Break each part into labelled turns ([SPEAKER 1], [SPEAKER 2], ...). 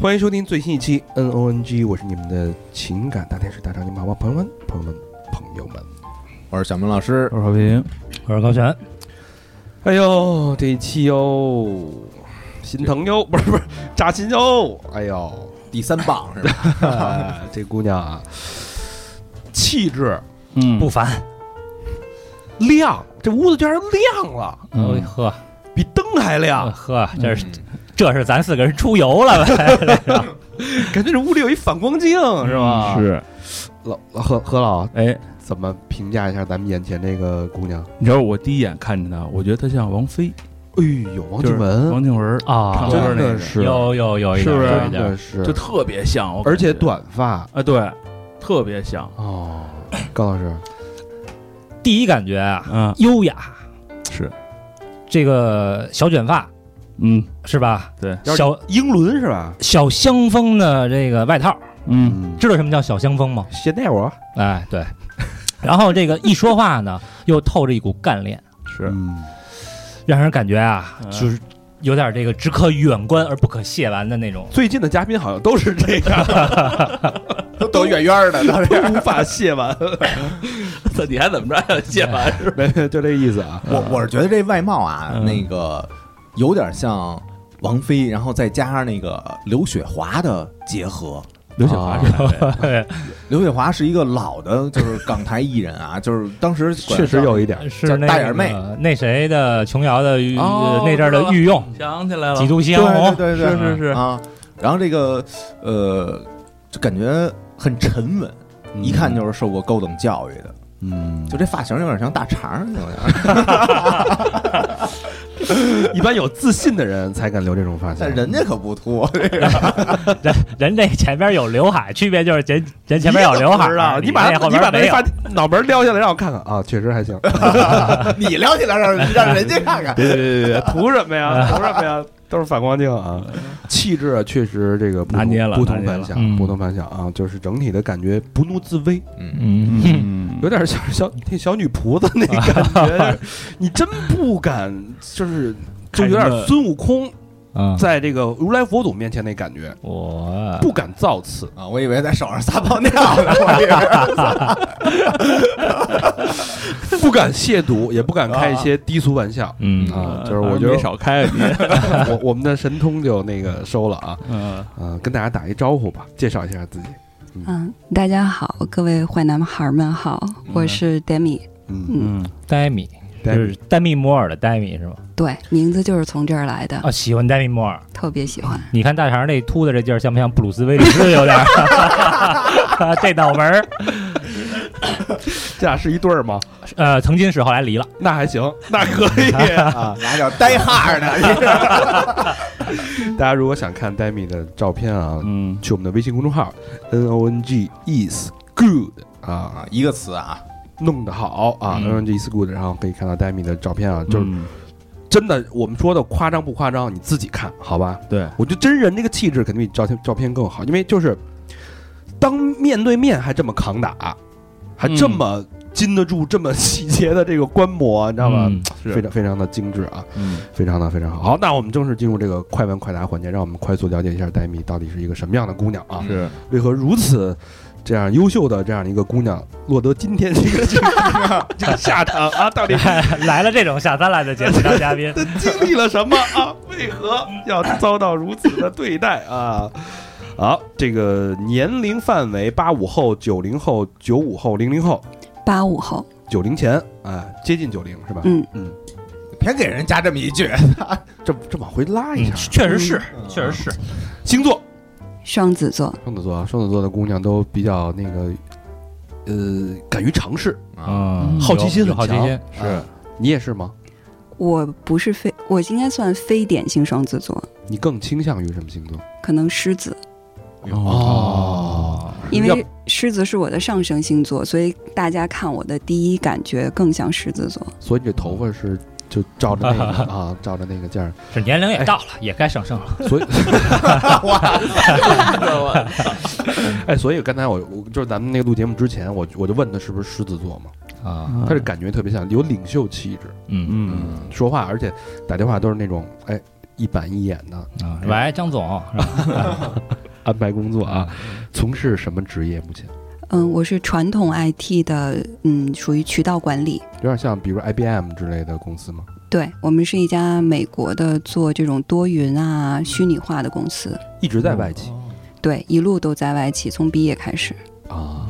[SPEAKER 1] 欢迎收听最新一期 N O N G，我是你们的情感大天使大长今妈妈，朋友们，朋友们，朋友们。
[SPEAKER 2] 我是小明老师。
[SPEAKER 3] 我是和平，
[SPEAKER 4] 我是高璇，
[SPEAKER 1] 哎呦，这一期哟，心疼哟，不是不是，扎心哟。哎呦，
[SPEAKER 2] 第三棒 是吧？
[SPEAKER 1] 哎这姑娘啊，气质
[SPEAKER 3] 嗯
[SPEAKER 4] 不，烦。
[SPEAKER 1] 亮，这屋子居然亮了，
[SPEAKER 3] 嗯
[SPEAKER 4] 哎呵
[SPEAKER 1] 比灯还亮，
[SPEAKER 4] 呵，这是
[SPEAKER 2] 嗯
[SPEAKER 4] 这是咱四个人出游了呗？
[SPEAKER 1] 感觉这屋里有一反光镜，嗯是吧？
[SPEAKER 3] 是，
[SPEAKER 1] 老老何何老
[SPEAKER 3] 哎，
[SPEAKER 1] 怎么评价一下咱们眼前这个姑娘？
[SPEAKER 3] 你知道我第一眼看见她，我觉得她像王菲，
[SPEAKER 1] 哎呦，王
[SPEAKER 3] 就是
[SPEAKER 1] 静雯，
[SPEAKER 3] 王静文，
[SPEAKER 4] 啊
[SPEAKER 3] 唱，歌
[SPEAKER 1] 真
[SPEAKER 3] 那
[SPEAKER 1] 的
[SPEAKER 3] 个
[SPEAKER 1] 是，
[SPEAKER 4] 有有有一
[SPEAKER 3] 是
[SPEAKER 4] 点
[SPEAKER 3] 不
[SPEAKER 4] 有
[SPEAKER 3] 是
[SPEAKER 4] 一
[SPEAKER 1] 真
[SPEAKER 4] 点
[SPEAKER 1] 的是，
[SPEAKER 3] 就特别像，我感
[SPEAKER 1] 而且
[SPEAKER 3] 觉
[SPEAKER 1] 短发
[SPEAKER 3] 啊，对，特别像，
[SPEAKER 1] 哦，高老师，
[SPEAKER 4] 第一感觉啊，
[SPEAKER 3] 嗯
[SPEAKER 4] 优雅
[SPEAKER 3] 是，
[SPEAKER 4] 这个小卷发
[SPEAKER 3] 嗯
[SPEAKER 4] 是吧？
[SPEAKER 3] 对，
[SPEAKER 4] 小
[SPEAKER 1] 英伦是吧？
[SPEAKER 4] 小香风的这个外套，
[SPEAKER 3] 嗯
[SPEAKER 1] 嗯，
[SPEAKER 4] 知道什么叫小香风吗？
[SPEAKER 1] 现在我
[SPEAKER 4] 哎，对。然后这个一说话呢，又透着一股干练，
[SPEAKER 3] 是，
[SPEAKER 1] 嗯，
[SPEAKER 4] 让人感觉啊，
[SPEAKER 3] 嗯
[SPEAKER 4] 就是有点这个只可远观而不可亵玩的那种。
[SPEAKER 1] 最近的嘉宾好像都是这样，
[SPEAKER 2] 都都远远的，都是
[SPEAKER 1] 都无
[SPEAKER 3] 啊
[SPEAKER 1] 法卸完，
[SPEAKER 3] 你还怎么着？谢完是
[SPEAKER 1] 没就这意思啊。
[SPEAKER 2] 我我是觉得这外貌啊，
[SPEAKER 3] 嗯
[SPEAKER 2] 那个有点像王菲，然后再加上那个刘雪华的结合。
[SPEAKER 3] 刘雪
[SPEAKER 1] 啊
[SPEAKER 3] 华是哪位？
[SPEAKER 2] 刘雪华是一个老的，就是港台艺人啊， 就是当时管
[SPEAKER 1] 确实有一点儿，
[SPEAKER 4] 是
[SPEAKER 2] 叫
[SPEAKER 4] 那
[SPEAKER 2] 大
[SPEAKER 4] 个
[SPEAKER 2] 眼妹
[SPEAKER 4] 那谁的琼瑶的御、
[SPEAKER 3] 哦
[SPEAKER 4] 那阵儿的御用
[SPEAKER 3] 想起来
[SPEAKER 4] 《
[SPEAKER 3] 了
[SPEAKER 4] 几，度夕
[SPEAKER 2] 对
[SPEAKER 4] 阳红》
[SPEAKER 2] 对对对
[SPEAKER 3] 是是是，
[SPEAKER 2] 啊。然后这个呃，就感觉很沉稳，一看就是受过高等教育的。
[SPEAKER 1] 嗯，
[SPEAKER 2] 就这发型有点像大肠儿，有点儿。
[SPEAKER 1] 一般有自信的人才敢留这种发型。
[SPEAKER 2] 但人家可不秃，
[SPEAKER 4] 人这前边有刘海，区别就是人人前 面有刘海
[SPEAKER 1] 不知道，
[SPEAKER 4] 儿，啊
[SPEAKER 1] 你把他
[SPEAKER 4] 那后
[SPEAKER 1] 你把
[SPEAKER 4] 边
[SPEAKER 1] 那
[SPEAKER 4] 没有
[SPEAKER 1] 发。脑门撩下来让我看看啊，确实还行。
[SPEAKER 2] 你聊起来让让人家看看。
[SPEAKER 1] 别别别， 图什么呀？图什么呀？都是反光镜啊，气质啊，确实这个不同
[SPEAKER 3] 拿捏了
[SPEAKER 1] 不同
[SPEAKER 3] 拿捏
[SPEAKER 1] 凡
[SPEAKER 3] 了
[SPEAKER 1] 响，
[SPEAKER 4] 嗯
[SPEAKER 1] 不同凡响啊，就是整体的感觉不怒自威，
[SPEAKER 2] 嗯，
[SPEAKER 4] 嗯，
[SPEAKER 3] 嗯
[SPEAKER 1] 有点像小那小女仆子那感觉，你真不敢，就是就有点孙悟空
[SPEAKER 4] 啊，
[SPEAKER 1] 在这个如来佛祖面前那感觉，
[SPEAKER 4] 我
[SPEAKER 1] 不敢造次。
[SPEAKER 2] 啊，我以为在手上撒泡尿呢，我以为。
[SPEAKER 1] 不敢亵渎，也不敢开一些低俗玩笑
[SPEAKER 4] 嗯
[SPEAKER 1] 啊！就是我觉得
[SPEAKER 3] 没少开啊你，
[SPEAKER 1] 我我们的神通就那个收了啊，
[SPEAKER 3] 嗯
[SPEAKER 1] 啊，跟大家打一招呼吧，介绍一下自己。
[SPEAKER 5] 嗯，大家好，各位坏男孩儿们好，我是 Demi。
[SPEAKER 1] 嗯，
[SPEAKER 5] 嗯，
[SPEAKER 3] 嗯，
[SPEAKER 4] 黛米，就
[SPEAKER 1] 对
[SPEAKER 4] 是黛米摩尔的黛米是吗？
[SPEAKER 5] 对，名字就是从这儿来的，
[SPEAKER 4] 啊，喜欢黛米摩尔。
[SPEAKER 5] 特别喜欢。
[SPEAKER 4] 你看大肠那秃的这劲儿，像不像布鲁斯威利斯？有点 儿这脑门儿。
[SPEAKER 1] 这俩是一对儿吗？
[SPEAKER 4] 呃，曾经是，后来离了。
[SPEAKER 1] 那还行，那可以。
[SPEAKER 2] 啊，拿叫呆哈呢，你这
[SPEAKER 1] 大家如果想看 Demi 的照片啊，
[SPEAKER 3] 嗯
[SPEAKER 1] 去我们的微信公众号 N O N G is good 啊，
[SPEAKER 2] 啊，一个词啊，
[SPEAKER 1] 弄得好啊
[SPEAKER 4] 嗯
[SPEAKER 1] ，N O N G is good，然后可以看到 Demi 的照片啊， 就是
[SPEAKER 3] 嗯
[SPEAKER 1] 真的我们说的夸张不夸张，你自己看好吧。
[SPEAKER 3] 对，
[SPEAKER 1] 我觉得真人那个气质肯定比照片照片更好，因为就是当面对面还这么扛打，还这
[SPEAKER 3] 嗯
[SPEAKER 1] 么经得住这么细节的这个观摩，你知道吗？
[SPEAKER 4] 嗯
[SPEAKER 3] 是
[SPEAKER 1] 非常非常的精致啊，
[SPEAKER 3] 嗯
[SPEAKER 1] 非常的非常好。好，那我们正式进入这个快问快答环节，让我们快速了解一下黛米到底是一个什么样的姑娘啊？
[SPEAKER 3] 是，
[SPEAKER 1] 为何如此这样优秀的这样一个姑娘落得今天这个这 个这个下场啊？到底
[SPEAKER 4] 来了这种下三滥的节目当嘉 宾，
[SPEAKER 1] 经历了什么啊？为何要遭到如此的对待啊？好，这个年龄范围八五后、九零后、九五后、零零后、
[SPEAKER 5] 八五后，
[SPEAKER 1] 九零前，啊，接近九零是吧？
[SPEAKER 5] 嗯
[SPEAKER 1] 嗯，
[SPEAKER 2] 别给人加这么一句。
[SPEAKER 1] 这这往回拉一
[SPEAKER 4] 嗯
[SPEAKER 1] 下，啊
[SPEAKER 4] 确实是，
[SPEAKER 2] 嗯
[SPEAKER 4] 确实是。
[SPEAKER 1] 星座，
[SPEAKER 5] 双子座，
[SPEAKER 1] 双子座，啊，双子座的姑娘都比较那个，呃，敢于尝试，
[SPEAKER 2] 啊，
[SPEAKER 3] 嗯
[SPEAKER 1] 好奇心
[SPEAKER 4] 有
[SPEAKER 1] 很
[SPEAKER 4] 好奇
[SPEAKER 1] 强
[SPEAKER 4] 心，
[SPEAKER 1] 啊你也是吗？
[SPEAKER 5] 我不是非，我应该算非典型双子座，
[SPEAKER 1] 你更倾向于什么星座？
[SPEAKER 5] 可能狮子。
[SPEAKER 3] 哦，
[SPEAKER 5] 因
[SPEAKER 1] 要
[SPEAKER 5] 为狮子是我的上升星座，所以大家看我的第一感觉更像狮子座。
[SPEAKER 1] 所以你这头发是就照着那个啊，照着那个劲儿。
[SPEAKER 4] 这年龄也到了，也该上升了。
[SPEAKER 1] 所 以， 哎，所以刚才我我就是咱们那个录节目之前，我我就问他是不是狮子座嘛，
[SPEAKER 4] 啊，
[SPEAKER 1] 他这感觉特别像，有领袖气质，
[SPEAKER 4] 嗯
[SPEAKER 1] 嗯，说话而且打电话都是那种哎一板一眼的，
[SPEAKER 4] 啊，喂，张总，是 吧
[SPEAKER 1] 安排工作啊。从事什么职业？目前
[SPEAKER 5] 嗯，我是传统 IT 的，嗯，属于渠道管理。
[SPEAKER 1] 有点像，比如 IBM 之类的公司吗？
[SPEAKER 5] 对我们是一家美国的做这种多云啊、虚拟化的公司，
[SPEAKER 1] 一直在外企
[SPEAKER 5] 对，一路都在外企，从毕业开始。
[SPEAKER 1] 啊。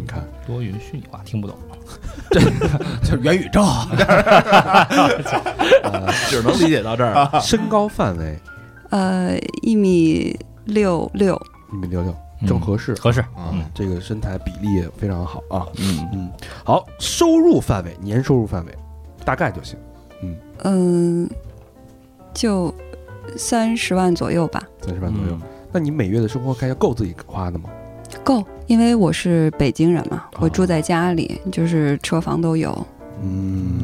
[SPEAKER 1] 你看，
[SPEAKER 4] 多云虚拟化听不懂。
[SPEAKER 2] 就是元宇宙，
[SPEAKER 3] 啊只能理解到这儿了。
[SPEAKER 1] 身高范围
[SPEAKER 5] 呃，一米六六，
[SPEAKER 1] 一米六六，
[SPEAKER 3] 嗯
[SPEAKER 1] 正合适。
[SPEAKER 4] 合适，
[SPEAKER 1] 啊，这个身材比例也非常好啊。
[SPEAKER 3] 嗯，
[SPEAKER 1] 嗯，好，收入范围，年收入范围，大概就行。
[SPEAKER 5] 嗯、就三十万左右吧，
[SPEAKER 1] 三十万左右。嗯那你每月的生活开销够自己花的吗？
[SPEAKER 5] 够。因为我是北京人嘛，我
[SPEAKER 1] 哦
[SPEAKER 5] 住在家里，就是车房都有。
[SPEAKER 1] 嗯，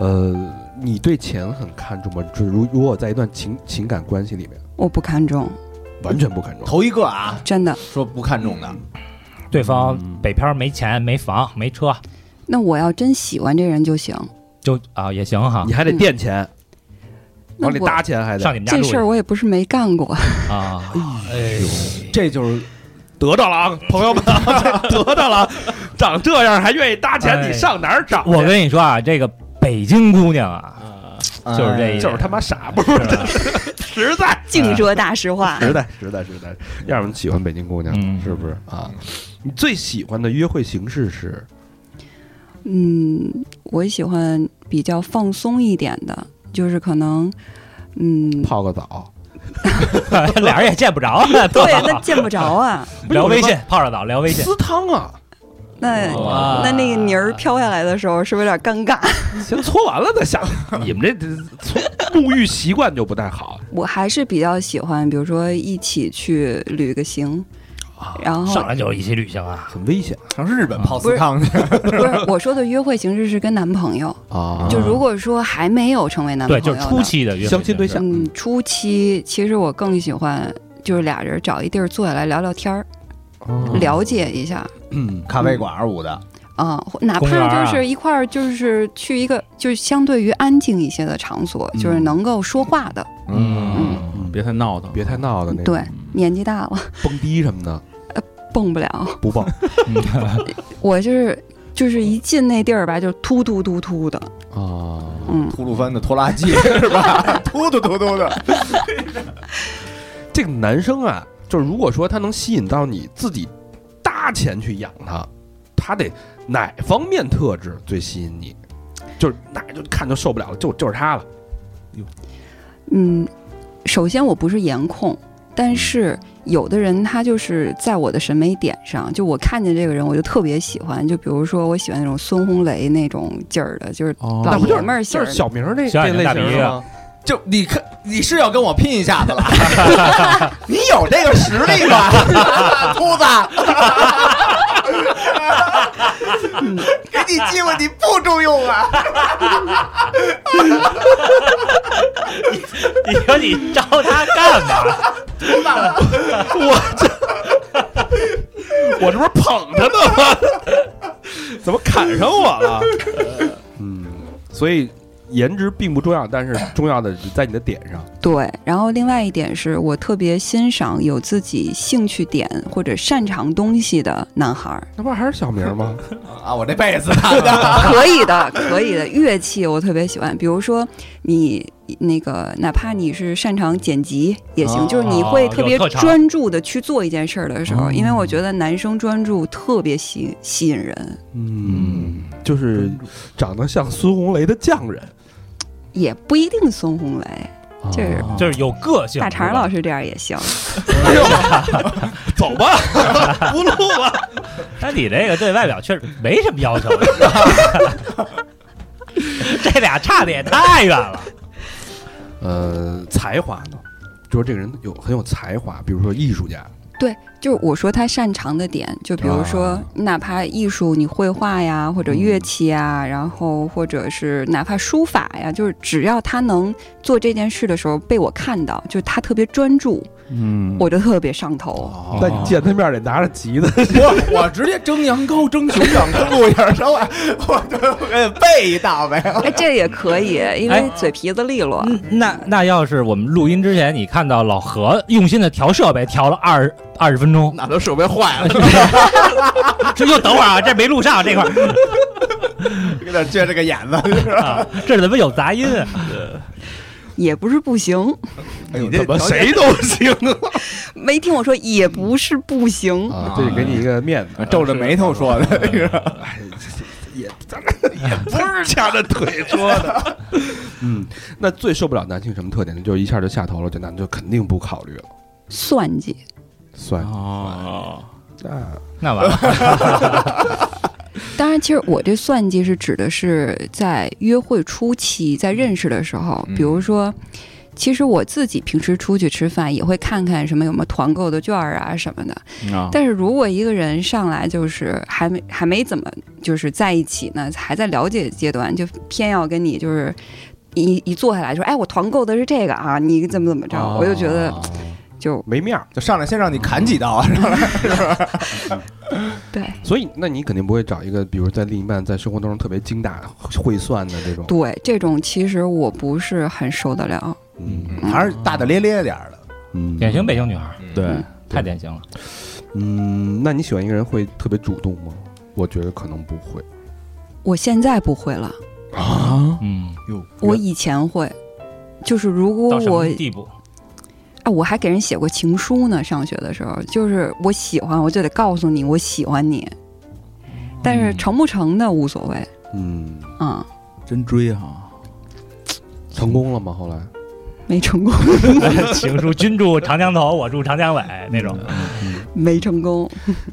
[SPEAKER 1] 呃，你对钱很看重吗？就是如如果在一段情情感关系里面，
[SPEAKER 5] 我不看重，
[SPEAKER 1] 完全不看重。
[SPEAKER 2] 头一个啊，
[SPEAKER 5] 真的。
[SPEAKER 2] 说不看重的，
[SPEAKER 4] 对方
[SPEAKER 1] 嗯
[SPEAKER 4] 北漂没钱、没房、没车，
[SPEAKER 5] 那我要真喜欢这人就行。
[SPEAKER 4] 就啊也行哈
[SPEAKER 1] 你，还得垫钱，
[SPEAKER 5] 那
[SPEAKER 1] 往里
[SPEAKER 5] 我
[SPEAKER 1] 搭钱还
[SPEAKER 4] 上
[SPEAKER 1] 得。
[SPEAKER 4] 你们家
[SPEAKER 5] 这
[SPEAKER 4] 住
[SPEAKER 5] 事儿
[SPEAKER 4] 去
[SPEAKER 5] 我也不是没干过，
[SPEAKER 4] 啊。哎
[SPEAKER 2] 这就是
[SPEAKER 1] 得到了啊，朋友们，这 得到了，长这样还愿意搭钱，
[SPEAKER 4] 哎
[SPEAKER 1] 你上哪儿找去？
[SPEAKER 4] 我跟你说啊，这个北京姑娘啊，就是这意思
[SPEAKER 1] 就是他妈傻， 不是实在。
[SPEAKER 5] 净说大实 话。
[SPEAKER 1] 实在实在实在，要么喜欢北京姑娘，
[SPEAKER 4] 嗯
[SPEAKER 1] 是不是啊？你最喜欢的约会形式是
[SPEAKER 5] 嗯，我喜欢比较放松一点的，就是可能，嗯，
[SPEAKER 1] 泡个澡，
[SPEAKER 4] 俩人也见不着，啊
[SPEAKER 5] 对，那见不着啊，
[SPEAKER 4] 聊微信，泡着澡聊微信，
[SPEAKER 1] 私汤啊，
[SPEAKER 5] 那
[SPEAKER 4] 哇
[SPEAKER 5] 那那个泥儿飘下来的时候，是不是有点尴尬？
[SPEAKER 1] 先搓完了再下。 你们这这搓沐浴习惯就不太好，
[SPEAKER 5] 我还是比较喜欢，比如说一起去旅个行，然后
[SPEAKER 4] 啊上来就一起旅行啊。
[SPEAKER 1] 很危险
[SPEAKER 2] 上呃日本泡私汤去，
[SPEAKER 5] 不是我说的约会形式是跟男 朋友，
[SPEAKER 1] 啊
[SPEAKER 5] 就如果说还没有成为男朋
[SPEAKER 4] 对，
[SPEAKER 5] 友，
[SPEAKER 4] 就是初，期的约会
[SPEAKER 1] 相亲对象
[SPEAKER 5] 嗯，初期其实我更喜欢就是俩人找一地儿坐下来聊聊天儿，
[SPEAKER 1] 啊
[SPEAKER 5] 了解一下，
[SPEAKER 1] 嗯
[SPEAKER 2] 咖啡馆儿舞的，
[SPEAKER 5] 啊、或哪
[SPEAKER 4] 公园儿
[SPEAKER 5] 怕
[SPEAKER 4] 啊
[SPEAKER 5] 就是一块儿，就是去一个就是相对于安静一些的场所，就是
[SPEAKER 4] 嗯
[SPEAKER 5] 能够说话的。
[SPEAKER 3] 嗯，
[SPEAKER 1] 嗯，别
[SPEAKER 3] 别太闹腾，
[SPEAKER 1] 别太闹的那种
[SPEAKER 5] 对，年纪大了，
[SPEAKER 1] 蹦迪什么的
[SPEAKER 5] 蹦不了。
[SPEAKER 1] 不蹦
[SPEAKER 5] 我就是就是一进那地儿吧，就突突突突的，
[SPEAKER 1] 啊。
[SPEAKER 5] 嗯，
[SPEAKER 2] 吐鲁番的拖拉机是吧？突突突突的，
[SPEAKER 1] 这个男生啊，就是如果说他能吸引到你自己搭钱去养他，他得哪方面特质最吸引你？就是哪就看就受不了了，就就是他了。
[SPEAKER 5] 嗯，首先我不是颜控，但是有的人他就是在我的审美点上，就我看见这个人我就特别喜欢，就比如说我喜欢那种孙红雷那种劲儿的，就是
[SPEAKER 1] 哦
[SPEAKER 5] 老
[SPEAKER 1] 那不就
[SPEAKER 5] 爷
[SPEAKER 1] 是
[SPEAKER 5] 们儿型
[SPEAKER 1] 就
[SPEAKER 5] 儿
[SPEAKER 1] 是小明儿那
[SPEAKER 4] 小
[SPEAKER 1] 这
[SPEAKER 4] 眼睛
[SPEAKER 1] 类
[SPEAKER 4] 大
[SPEAKER 1] 型
[SPEAKER 4] 鼻
[SPEAKER 1] 儿
[SPEAKER 4] 子
[SPEAKER 1] 吗？
[SPEAKER 2] 就你看你是要跟我拼一下子了， 你有这个实力吗？ 秃子，给你机会你不中用啊！
[SPEAKER 4] 你说你招他干嘛？
[SPEAKER 1] 我这不是捧他呢吗？怎么砍上我 了？嗯，所以颜值并不重要，但是重要的是在你的点上。
[SPEAKER 5] 对，然后另外一点是我特别欣赏有自己兴趣点或者擅长东西的男孩儿，
[SPEAKER 1] 那不还是小明儿吗？
[SPEAKER 2] 啊，我这辈子 的
[SPEAKER 5] 可以的，可以的。乐器我特别喜欢，比如说你那个，哪怕你是擅长剪辑也行，
[SPEAKER 2] 哦
[SPEAKER 5] 就是你会特别
[SPEAKER 4] 啊有特长嗯
[SPEAKER 5] 专注的去做一件事儿的时候，因为我觉得男生专注特别吸吸引人，
[SPEAKER 1] 嗯，就是长得像孙红雷的匠人。
[SPEAKER 5] 也不一定孙红雷，这是
[SPEAKER 1] 啊
[SPEAKER 4] 就是有个性。
[SPEAKER 5] 大肠老师这样也行。
[SPEAKER 1] 走吧， 不录了。
[SPEAKER 4] 那你这个对外表确实没什么 要求，这俩差的也太远了。
[SPEAKER 1] 呃，才华呢？就是这个人有很有才华，比如说艺术家，
[SPEAKER 5] 对，就是我说他擅长的点，就比如说，
[SPEAKER 1] 啊
[SPEAKER 5] 哪怕艺术，你绘画呀，或者乐
[SPEAKER 1] 嗯
[SPEAKER 5] 器呀，然后或者是哪怕书法呀，就是只要他能做这件事的时候被我看到，就是他特别专注，
[SPEAKER 1] 嗯哦
[SPEAKER 5] 我就特别上头。
[SPEAKER 1] 但你见他面得拿着急的，
[SPEAKER 2] 我我直接蒸羊羔、蒸熊掌、蒸鹿眼儿，上来我就给背一大呗。
[SPEAKER 5] 哎，这也可以，因为
[SPEAKER 4] 哎
[SPEAKER 5] 嘴皮子利落。
[SPEAKER 4] 嗯那那要是我们录音之前，你看到老何用心的调设备，调了二二十分钟，
[SPEAKER 3] 那都设备坏了，
[SPEAKER 4] 这又等会儿啊，这没录上这块儿，
[SPEAKER 2] 有点撅着个眼子，
[SPEAKER 4] 啊这怎么有杂音啊？
[SPEAKER 5] 也不是不行，
[SPEAKER 2] 你
[SPEAKER 1] 怎么谁都行
[SPEAKER 5] 没听我说也不是不行。
[SPEAKER 1] 啊！ 这给你一个面子，
[SPEAKER 2] 皱着眉头说的？
[SPEAKER 1] 不是掐着腿说的。嗯，那最受不了男性什么特点呢？就是一下就下头了，这男的就肯定不考虑了，
[SPEAKER 5] 算计，
[SPEAKER 1] 算
[SPEAKER 3] 哦，
[SPEAKER 1] 啊，
[SPEAKER 4] 那完了，
[SPEAKER 5] 当然，其实我这算计是指的是在约会初期，在认识的时候，比如说，其实我自己平时出去吃饭也会看看什么有没有团购的券儿啊什么的。
[SPEAKER 3] 哦
[SPEAKER 2] 啊，
[SPEAKER 5] 但是如果一个人上来就是还没还没怎么就是在一起呢，还在了解阶段，就偏要跟你就是。一一坐下来说，哎，我团购的是这个啊，你怎么怎么着？我就觉得就
[SPEAKER 1] 没面儿。
[SPEAKER 2] 就上来先让你砍几刀，啊然后
[SPEAKER 5] 对
[SPEAKER 1] 所以，那你肯定不会找一个，比如在另一半在生活当中特别精打会算的这种。
[SPEAKER 5] 对，这种其实我不是很受得了。
[SPEAKER 1] 嗯
[SPEAKER 2] 还是大大咧咧点儿的。
[SPEAKER 1] 嗯，
[SPEAKER 4] 典型北京女孩儿，
[SPEAKER 1] 对，
[SPEAKER 4] 太典型了。
[SPEAKER 1] 嗯，那你喜欢一个人会特别主动吗？我觉得可能不会
[SPEAKER 5] 我现在不会了，
[SPEAKER 1] 啊。
[SPEAKER 4] 嗯，
[SPEAKER 2] 哟，
[SPEAKER 5] 我以前会，就是如果
[SPEAKER 4] 到什
[SPEAKER 5] 哦我
[SPEAKER 4] 么地步？
[SPEAKER 5] 啊，我还给人写过情书呢。上学的时候，就是我喜欢，我就得告诉你我喜欢你，但
[SPEAKER 4] 嗯
[SPEAKER 5] 是成不成的无所谓。
[SPEAKER 1] 嗯，
[SPEAKER 5] 嗯，
[SPEAKER 2] 真追哈，
[SPEAKER 1] 成功了吗？后来
[SPEAKER 5] 没成功，
[SPEAKER 4] 情书君住长江头，我住长江尾那种。
[SPEAKER 5] 没成功。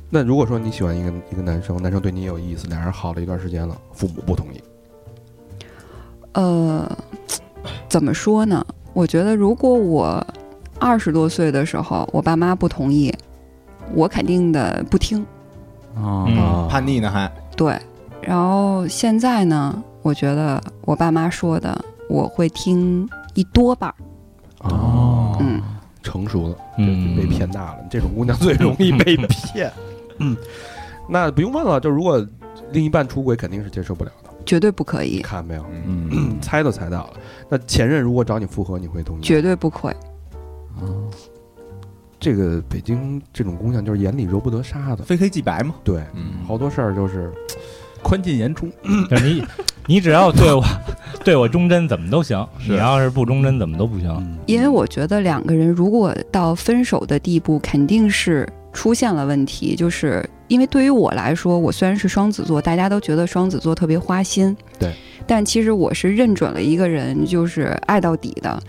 [SPEAKER 1] 那如果说你喜欢一个一个男生，男生对你有意思，俩人好了一段时间了，父母不同意，
[SPEAKER 5] 呃，怎么说呢？我觉得如果我二十多岁的时候，我爸妈不同意，我肯定的不听。
[SPEAKER 1] 哦
[SPEAKER 4] 嗯
[SPEAKER 2] 叛逆呢还
[SPEAKER 5] 对，然后现在呢，我觉得我爸妈说的，我会听一多半儿。
[SPEAKER 1] 哦，
[SPEAKER 5] 嗯，
[SPEAKER 1] 成熟了，
[SPEAKER 4] 嗯
[SPEAKER 1] 被骗大了。这种姑娘最容易被骗。嗯，那不用问了，就如果另一半出轨，肯定是接受不了的。
[SPEAKER 5] 绝对不可以
[SPEAKER 1] 你，看没有？
[SPEAKER 2] 嗯，
[SPEAKER 1] 猜都猜到了。那前任如果找你复合，你会同意吗？
[SPEAKER 5] 绝对不可以。
[SPEAKER 1] 这个北京这种姑娘就是眼里揉不得沙子，
[SPEAKER 2] 非黑即白嘛。
[SPEAKER 1] 对，
[SPEAKER 2] 嗯
[SPEAKER 1] 好多事儿就是
[SPEAKER 2] 宽进严出，
[SPEAKER 4] 就是你，你只要对我对我忠贞，怎么都行。
[SPEAKER 2] 是
[SPEAKER 4] 你要是不忠贞，怎么都不行。
[SPEAKER 5] 因为我觉得两个人如果到分手的地步，肯定是出现了问题。就是因为对于我来说，我虽然是双子座，大家都觉得双子座特别花心，
[SPEAKER 1] 对，
[SPEAKER 5] 但其实我是认准了一个人，就是爱到底的。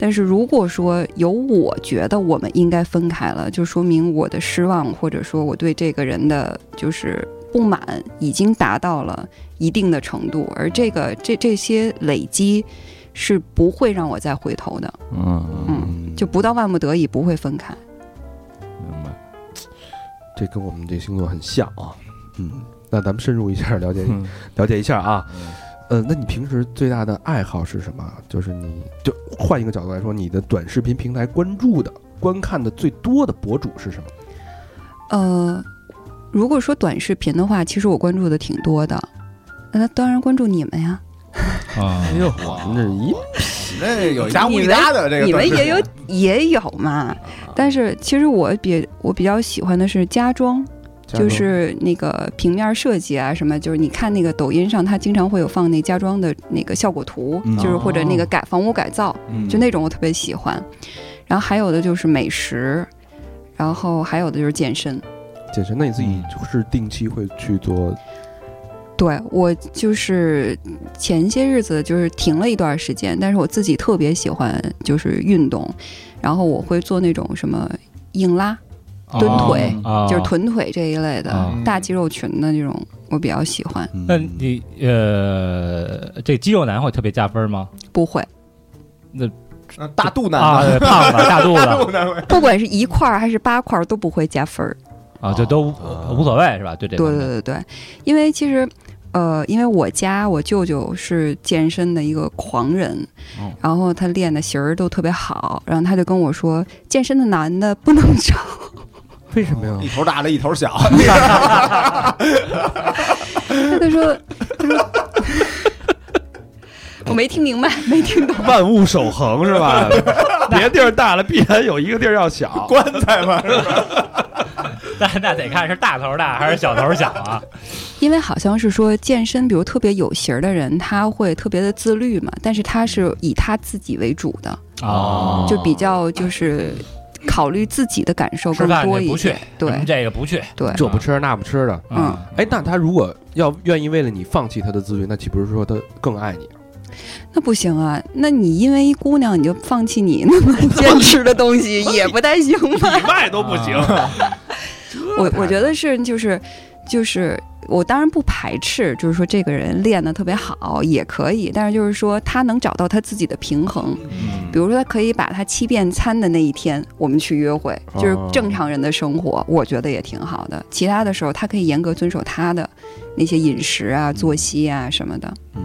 [SPEAKER 5] 但是如果说有我觉得我们应该分开了，就说明我的失望或者说我对这个人的就是不满已经达到了一定的程度，而这个这这些累积是不会让我再回头的。
[SPEAKER 2] 嗯，
[SPEAKER 5] 嗯，就不到万不得已不会分开。
[SPEAKER 2] 明白。
[SPEAKER 1] 这跟我们这星座很像啊。嗯，那咱们深入一下了解
[SPEAKER 3] 嗯
[SPEAKER 1] 了解一下啊。呃，那你平时最大的爱好是什么？啊就是你就换一个角度来说，你的短视频平台关注的、观看的最多的博主是什么？
[SPEAKER 5] 呃，如果说短视频的话，其实我关注的挺多的。那当然关注你们呀，
[SPEAKER 4] 啊，
[SPEAKER 1] 哎呦，我们这一
[SPEAKER 2] 那有一物一搭的这个，
[SPEAKER 5] 你们也有 也有
[SPEAKER 2] 啊
[SPEAKER 5] 嘛。但是其实我比我比较喜欢的是家装，
[SPEAKER 1] 家
[SPEAKER 5] 就
[SPEAKER 1] 中
[SPEAKER 5] 是那个平面设计啊什么，就是你看那个抖音上，它经常会有放那家装的那个效果图，
[SPEAKER 2] 嗯
[SPEAKER 5] 就是或者那个改房屋改造，
[SPEAKER 2] 嗯
[SPEAKER 5] 就那种我特别喜欢。然后还有的就是美食，然后还有的就是健身。
[SPEAKER 1] 健身，那你自己就是定期会去做
[SPEAKER 5] 对我就是前些日子就是停了一段时间，但是我自己特别喜欢就是运动，然后我会做那种什么硬拉，蹲腿
[SPEAKER 4] 啊，
[SPEAKER 5] 就是臀腿这一类的、
[SPEAKER 4] 啊
[SPEAKER 5] 大肌肉群的那种，我比较喜欢。
[SPEAKER 4] 那你呃，这肌肉男会特别加分吗？
[SPEAKER 5] 不会，
[SPEAKER 2] 啊大肚腩
[SPEAKER 4] 啊，
[SPEAKER 2] 嘛，
[SPEAKER 4] 对胖子、大肚
[SPEAKER 2] 大
[SPEAKER 4] 子
[SPEAKER 2] 肚腩嘛，
[SPEAKER 5] 不管是一块儿还是八块儿都不会加分儿。
[SPEAKER 4] 啊，就都无
[SPEAKER 1] 啊
[SPEAKER 4] 无所谓是吧？对这方
[SPEAKER 5] 对
[SPEAKER 4] 面
[SPEAKER 5] 对对对，因为其实，呃，因为我家我舅舅是健身的一个狂人，
[SPEAKER 3] 哦
[SPEAKER 5] 然后他练的型儿都特别好，然后他就跟我说，健身的男的不能 找，
[SPEAKER 1] 为什么呀？
[SPEAKER 2] 一头大的一头小，
[SPEAKER 5] 他就说，他说。 我没听明白， 没听懂。
[SPEAKER 1] 万物守恒是吧？别地儿大了，必然有一个地儿要 小。
[SPEAKER 2] 棺材嘛，
[SPEAKER 4] 那那得看是大头大还是小头小啊？
[SPEAKER 5] 因为好像是说健身，比如特别有型儿的人，他会特别的自律嘛，但是他是以他自己为主的，
[SPEAKER 4] 哦
[SPEAKER 5] 就比较就是考虑自己的感受
[SPEAKER 4] 吃
[SPEAKER 5] 更
[SPEAKER 4] 饭
[SPEAKER 5] 多
[SPEAKER 4] 去
[SPEAKER 5] 一
[SPEAKER 4] 不去
[SPEAKER 5] 些。，
[SPEAKER 4] 什么
[SPEAKER 5] 对
[SPEAKER 4] 这个不去，
[SPEAKER 5] 对，
[SPEAKER 1] 这不吃那不吃的，
[SPEAKER 5] 嗯，
[SPEAKER 1] 哎，那他如果要愿意为了你放弃他的自律，那岂不是说他更爱你？啊
[SPEAKER 5] 那不行啊！那你因为一姑娘你就放弃你那么坚持的东 西，也不太行吧？
[SPEAKER 1] 卖都
[SPEAKER 3] 不行
[SPEAKER 4] 啊
[SPEAKER 5] 我我觉得是就是就是。我当然不排斥，就是说这个人练得特别好也可以，但是就是说他能找到他自己的平衡。
[SPEAKER 1] 嗯
[SPEAKER 5] 比如说，他可以把他欺骗餐的那一天，我们去约会，就是
[SPEAKER 1] 哦
[SPEAKER 5] 正常人的生活，我觉得也挺好的。其他的时候，他可以严格遵守他的那些饮食啊、作息啊什么的。
[SPEAKER 1] 嗯，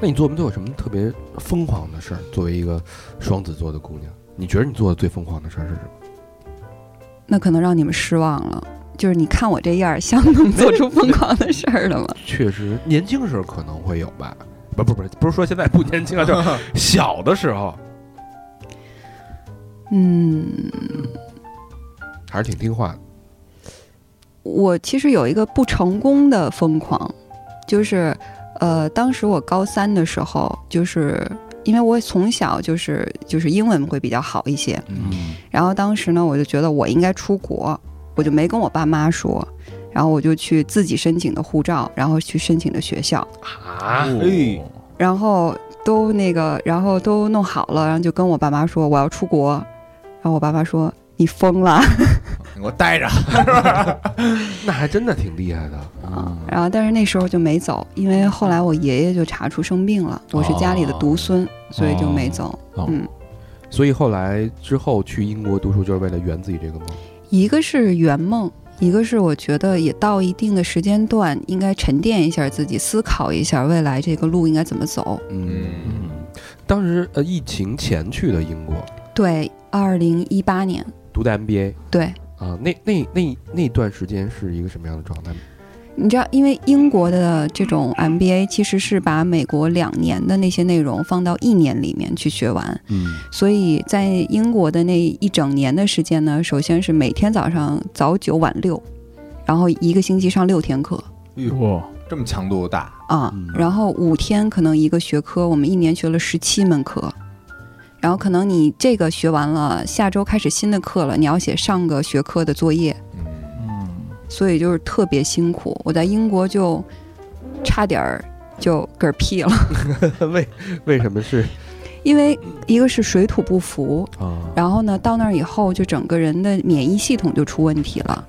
[SPEAKER 1] 那你做没做过什么特别疯狂的事儿？作为一个双子座的姑娘，你觉得你做的最疯狂的事儿是什么？
[SPEAKER 5] 那可能让你们失望了。就是你看我这样，像能做出疯狂的事儿了吗？
[SPEAKER 1] 确实，年轻时候可能会有吧。不不不，不是说现在不年轻了，啊就是 小的时候
[SPEAKER 5] 嗯，
[SPEAKER 1] 还是挺听话的。
[SPEAKER 5] 我其实有一个不成功的疯狂，就是呃，当时我高三的时候，就是因为我从小就是就是英文会比较好一些，
[SPEAKER 1] 嗯，
[SPEAKER 5] 然后当时呢，我就觉得我应该出国，我就没跟我爸妈说。然后我就去自己申请的护照，然后去申请的学校，
[SPEAKER 1] 啊，
[SPEAKER 2] 哎，
[SPEAKER 5] 然后都那个，然后都弄好了，然后就跟我爸妈说我要出国，然后我爸妈说你疯了，
[SPEAKER 2] 我待着，
[SPEAKER 1] 那还真的挺厉害的。
[SPEAKER 5] 啊然后但是那时候就没走，因为后来我爷爷就查出生病了，我是家里的独孙，所以就没走。
[SPEAKER 1] 所以后来之后去英国读书，就是为了圆自己这个梦。
[SPEAKER 5] 一个是圆梦，一个是我觉得也到一定的时间段应该沉淀一下自己，思考一下未来这个路应该怎么走。
[SPEAKER 1] 嗯，当时呃，疫情前去的英国
[SPEAKER 5] 对，二零一八年，
[SPEAKER 1] 读的 MBA
[SPEAKER 5] 对。
[SPEAKER 1] 啊，那那那那段时间是一个什么样的状态？
[SPEAKER 5] 你知道，因为英国的这种 MBA 其实是把美国两年的那些内容放到一年里面去学完，
[SPEAKER 1] 嗯，
[SPEAKER 5] 所以在英国的那一整年的时间呢，首先是每天早上早九晚六，然后一个星期上六天课
[SPEAKER 3] 哇，
[SPEAKER 1] 哦
[SPEAKER 2] 这么强度大，
[SPEAKER 5] 啊
[SPEAKER 1] 嗯，
[SPEAKER 5] 然后五天可能一个学科，我们一年学了十七门课。然后可能你这个学完了，下周开始新的课了，你要写上个学科的作业，
[SPEAKER 2] 嗯，
[SPEAKER 3] 嗯，
[SPEAKER 5] 所以就是特别辛苦。我在英国就差点儿就嗝屁了，
[SPEAKER 1] 为为什么是
[SPEAKER 5] 因为一个是水土不服，
[SPEAKER 1] 啊？
[SPEAKER 5] 然后呢，到那儿以后，就整个人的免疫系统就出问题了。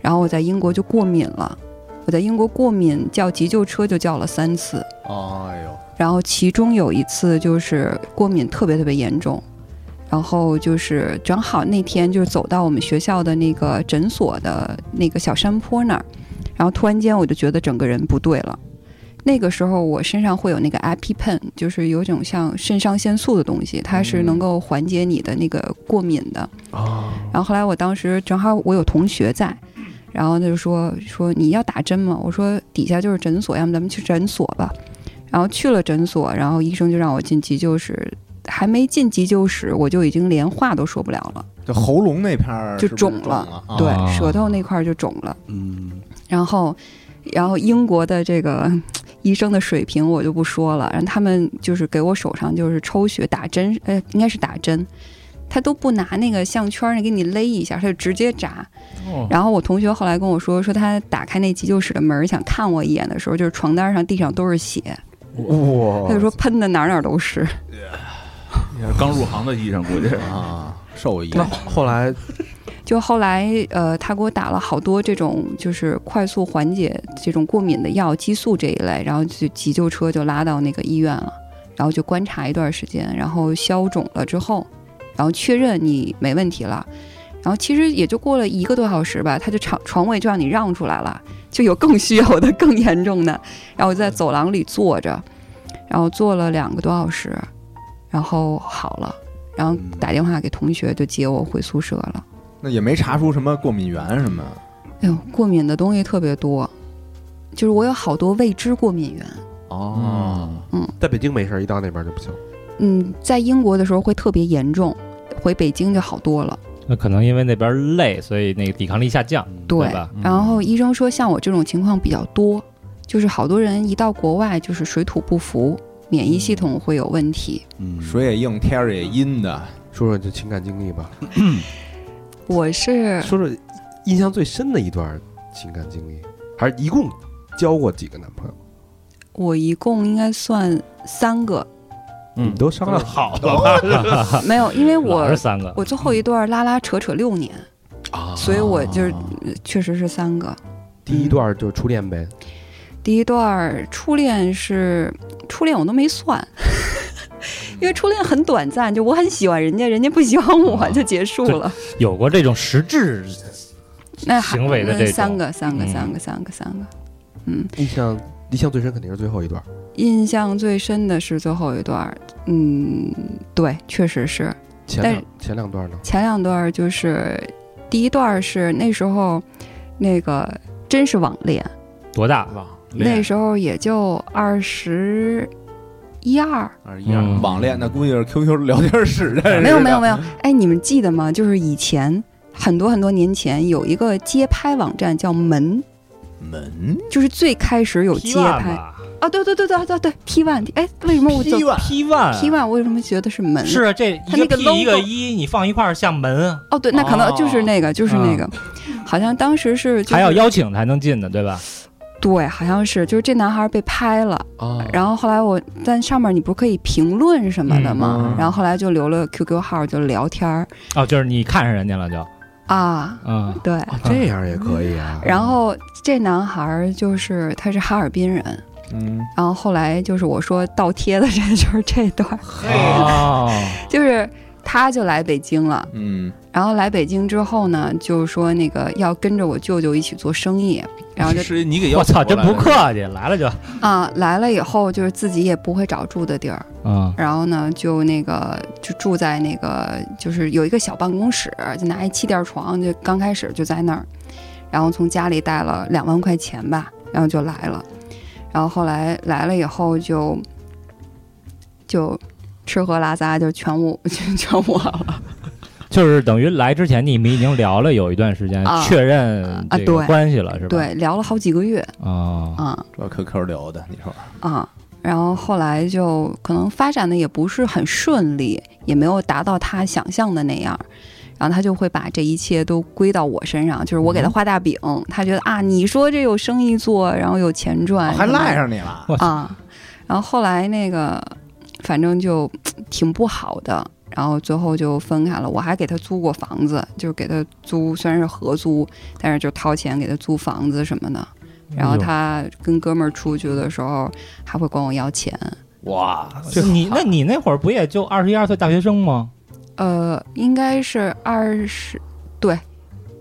[SPEAKER 5] 然后我在英国就过敏了，我在英国过敏叫急救车就叫了三次，
[SPEAKER 2] 哎呦，
[SPEAKER 5] 然后其中有一次就是过敏特别特别严重，然后就是正好那天就是走到我们学校的那个诊所的那个小山坡那儿，然后突然间我就觉得整个人不对了。那个时候我身上会有那个 EpiPen，就是有一种像肾上腺素的东西，它是能够缓解你的那个过敏的。
[SPEAKER 1] 啊，
[SPEAKER 5] 然后后来我当时正好我有同学在，然后他就说说你要打针吗？我说底下就是诊所，要么咱们去诊所吧。然后去了诊所，然后医生就让我进急救室，还没进急救室，我就已经连话都说不了了，
[SPEAKER 2] 这喉咙那片儿
[SPEAKER 5] 就是
[SPEAKER 2] 不是
[SPEAKER 5] 肿
[SPEAKER 2] 肿
[SPEAKER 5] 了
[SPEAKER 2] 了，啊
[SPEAKER 5] 对
[SPEAKER 4] 啊，
[SPEAKER 5] 舌头那块儿就肿了。
[SPEAKER 1] 嗯，
[SPEAKER 5] 然后，然后英国的这个 医生的水平我就不说了，然后他们就是给我手上就是抽血打针，呃，应该是打针，他都不拿那个项圈儿给你勒一下，他就直接扎。
[SPEAKER 3] 哦
[SPEAKER 5] 然后我同学后来跟我说，说他打开那急救室的门儿想看我一眼的时候，就是床单上地上都是血，
[SPEAKER 1] 哇
[SPEAKER 5] 他就说喷的哪儿哪儿都是。
[SPEAKER 3] 也是刚入行的医生，估计是
[SPEAKER 2] 啊，受益
[SPEAKER 1] 那后来
[SPEAKER 5] 就后来呃，他给我打了好多这种就是快速缓解这种过敏的药，激素这一类，然后就急救车就拉到那个医院了。然后就观察一段时间，然后消肿了之后，然后确认你没问题了，然后其实也就过了一个多小时吧，他就床床位就让你让出来了，就有更需要的、更严重的，然后我就在走廊里坐着，然后坐了两个多小时，然后好了，然后打电话给同学就接我回宿舍了。
[SPEAKER 2] 那也没查出什么过敏源什么。
[SPEAKER 5] 哎呦，过敏的东西特别多，就是我有好多未知过敏源。
[SPEAKER 3] 哦，
[SPEAKER 1] 嗯在北京没事儿，一到那边就不行。
[SPEAKER 5] 嗯，在英国的时候会特别严重，回北京就好多了。
[SPEAKER 4] 那可能因为那边累，所以那个抵抗力下降，
[SPEAKER 5] 对，
[SPEAKER 4] 吧？
[SPEAKER 5] 然后医生说像我这种情况比较多，就是好多人一到国外就是水土不服，免疫系统会有问题。
[SPEAKER 3] 嗯
[SPEAKER 2] 水也硬，天儿也阴的，
[SPEAKER 1] 说说你的情感经历吧，
[SPEAKER 4] 嗯
[SPEAKER 5] 我是
[SPEAKER 1] 说说印象最深的一段情感经历，还是一共交过几个男朋友？
[SPEAKER 5] 我一共应该算三个，
[SPEAKER 6] 嗯
[SPEAKER 1] 你们都商量好
[SPEAKER 5] 没有，因为
[SPEAKER 4] 老
[SPEAKER 5] 哦我
[SPEAKER 4] 是三个，嗯
[SPEAKER 5] 我最后一段拉拉扯扯六年，
[SPEAKER 1] 啊
[SPEAKER 5] 所以我就是呃确实是三个。
[SPEAKER 1] 第
[SPEAKER 6] 嗯
[SPEAKER 1] 一段就是初恋呗，
[SPEAKER 5] 第一段儿初恋是初恋，我都没算， 因为初恋很短暂，就我很喜欢人家，人家不喜欢我
[SPEAKER 4] 啊
[SPEAKER 5] 就结束了。
[SPEAKER 4] 有过这种实质
[SPEAKER 5] 那还
[SPEAKER 4] 行为的
[SPEAKER 5] 那
[SPEAKER 4] 这种
[SPEAKER 5] 三个，三个，
[SPEAKER 4] 嗯
[SPEAKER 5] 三个，三个，三个。嗯，
[SPEAKER 1] 印象印象最深肯定是最后一段。
[SPEAKER 5] 印象最深的是最后一段儿，嗯，对，确实是
[SPEAKER 1] 前
[SPEAKER 5] 但
[SPEAKER 1] 两前两段呢？
[SPEAKER 5] 前两段儿就是第一段儿是那时候那个真是网恋，
[SPEAKER 4] 多大？
[SPEAKER 3] 网
[SPEAKER 5] 那时候也就二十一二，
[SPEAKER 2] 二啊一样
[SPEAKER 4] 嗯
[SPEAKER 2] 网恋那估计是 QQ 聊天室的。
[SPEAKER 5] 没有没有没有，哎，你们记得吗？就是以前很多很多年前有一个街拍网站叫门，
[SPEAKER 2] 门
[SPEAKER 5] 就是最开始有街
[SPEAKER 4] P one
[SPEAKER 5] 拍
[SPEAKER 4] 吧
[SPEAKER 5] 啊，对对对对对对，P one，哎，为什么我就
[SPEAKER 4] P one
[SPEAKER 5] P one 为什么觉得是门？
[SPEAKER 4] 是啊，这
[SPEAKER 5] 它
[SPEAKER 4] 一
[SPEAKER 5] 那
[SPEAKER 4] 个
[SPEAKER 5] 个
[SPEAKER 4] P 一个
[SPEAKER 5] logo
[SPEAKER 4] 一，你放一块儿像门啊，
[SPEAKER 5] 哦，对，那可能就是那个，就是那个，好像当时是、就
[SPEAKER 4] 嗯
[SPEAKER 5] 是、
[SPEAKER 4] 还要邀请才能进的，对吧？
[SPEAKER 5] 对，好像是就是这男孩被拍了，
[SPEAKER 1] 啊
[SPEAKER 4] 哦
[SPEAKER 5] 然后后来我在上面你不是可以评论什么的吗？
[SPEAKER 2] 嗯嗯
[SPEAKER 5] 然后后来就留了 QQ 号就聊天儿
[SPEAKER 4] 哦，就是你看上人家了就，
[SPEAKER 5] 啊，
[SPEAKER 4] 嗯，
[SPEAKER 5] 对。
[SPEAKER 1] 啊，这样也可以啊。
[SPEAKER 5] 然后这男孩儿就是他是哈尔滨人，
[SPEAKER 2] 嗯，
[SPEAKER 5] 然后后来就是我说倒贴的这就是这段儿，
[SPEAKER 4] 哦，
[SPEAKER 5] 就是他就来北京了，
[SPEAKER 2] 嗯，
[SPEAKER 5] 然后来北京之后呢，就是说那个要跟着我舅舅一起做生意，然后就是
[SPEAKER 3] 你给
[SPEAKER 4] 我
[SPEAKER 3] 邀请
[SPEAKER 4] 操，
[SPEAKER 3] 过
[SPEAKER 4] 真
[SPEAKER 3] 来
[SPEAKER 4] 不
[SPEAKER 3] 的
[SPEAKER 4] 客气，来了就，
[SPEAKER 5] 啊来了以后就是自己也不会找住的地儿，
[SPEAKER 4] 嗯，
[SPEAKER 5] 然后呢就那个就住在那个就是有一个小办公室，就拿一气垫床，就刚开始就在那儿，然后从家里带了两万块钱吧，然后就来了，然后后来来了以后就就吃喝拉撒就全我 全我了
[SPEAKER 4] 就是等于来之前你们已经聊了有一段时间，
[SPEAKER 5] 啊
[SPEAKER 4] 确认
[SPEAKER 5] 啊
[SPEAKER 4] 这个
[SPEAKER 5] 对
[SPEAKER 4] 关系了，是吧？，
[SPEAKER 5] 对，聊了好几个月
[SPEAKER 4] 哦，
[SPEAKER 5] 啊
[SPEAKER 2] 老 QQ 聊的，你说
[SPEAKER 5] 啊。然后后来就可能发展的也不是很顺利，也没有达到他想象的那样，然后他就会把这一切都归到我身上，就是我
[SPEAKER 2] 嗯
[SPEAKER 5] 给他画大饼，他觉得啊，你说这有生意做，然后有钱赚，
[SPEAKER 2] 哦还
[SPEAKER 5] 什么的
[SPEAKER 2] 赖上你了？
[SPEAKER 5] 啊。然后后来那个，反正就挺不好的，然后最后就分开了。我还给他租过房子，就是给他租，虽然是合租，但是就掏钱给他租房子什么的。然后他跟哥们儿出去的时候还会管我要钱，
[SPEAKER 2] 哇，
[SPEAKER 4] 就哎你那你那会儿不也就二十一二岁大学生吗？
[SPEAKER 5] 呃，应该是二十，对，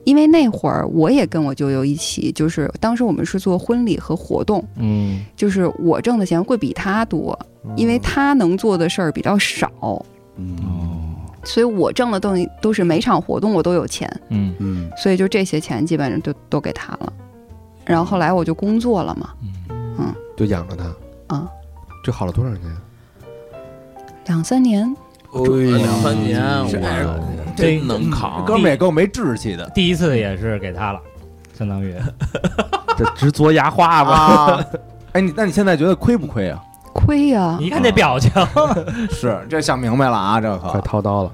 [SPEAKER 5] 因为那会儿我也跟我舅舅一起，就是当时我们是做婚礼和活动，
[SPEAKER 4] 嗯，
[SPEAKER 5] 就是我挣的钱会比他多，因为他能做的事儿比较少，
[SPEAKER 4] 哦，
[SPEAKER 5] 所以我挣的东西都是每场活动我都有钱，
[SPEAKER 4] 嗯
[SPEAKER 3] 嗯，
[SPEAKER 5] 所以就这些钱基本上都都给他了。然后后来我就工作了嘛，
[SPEAKER 1] 就养着他
[SPEAKER 5] 啊，
[SPEAKER 1] 这好了多少年？
[SPEAKER 5] 两三年，
[SPEAKER 6] 哎两三年，
[SPEAKER 1] 哎这
[SPEAKER 6] 我真能扛。
[SPEAKER 2] 哥们儿也够没志气的
[SPEAKER 4] 第一次也是给他了，相当于
[SPEAKER 5] 嗯
[SPEAKER 1] 这直嘬牙花吧？
[SPEAKER 2] 啊！ 哎，你那你现在觉得亏不亏啊？
[SPEAKER 5] 亏呀、
[SPEAKER 4] 你看这表情，
[SPEAKER 5] 嗯
[SPEAKER 2] 是，这想明白了啊，这
[SPEAKER 1] 快
[SPEAKER 2] 可
[SPEAKER 1] 掏刀了。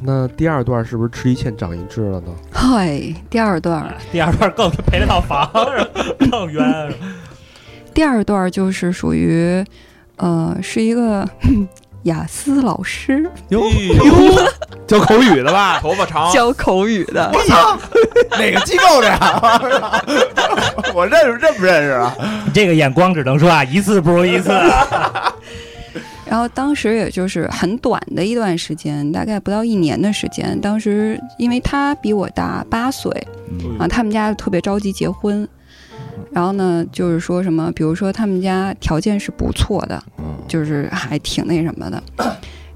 [SPEAKER 1] 那第二段是不是吃一堑长一智了呢？
[SPEAKER 5] 嗨，第二段儿，
[SPEAKER 4] 第二段更赔了套 房，是吧更冤，是吧
[SPEAKER 5] 第二段儿就是属于，呃，是一个 哼雅思老师
[SPEAKER 1] 哟
[SPEAKER 3] 哎
[SPEAKER 1] 教口语的吧？
[SPEAKER 6] 头发
[SPEAKER 3] 啊
[SPEAKER 6] 长，
[SPEAKER 5] 教口语的，
[SPEAKER 2] 哪个机构的呀？ 我认识认不认识啊？
[SPEAKER 4] 这个眼光只能说啊，一次不如一次。
[SPEAKER 5] 然后当时也就是很短的一段时间，大概不到一年的时间。当时因为他比我大八岁，
[SPEAKER 3] 嗯
[SPEAKER 5] 啊，他们家特别着急结婚，然后呢，就是说什么，比如说他们家条件是不错的，就是还挺那什么的，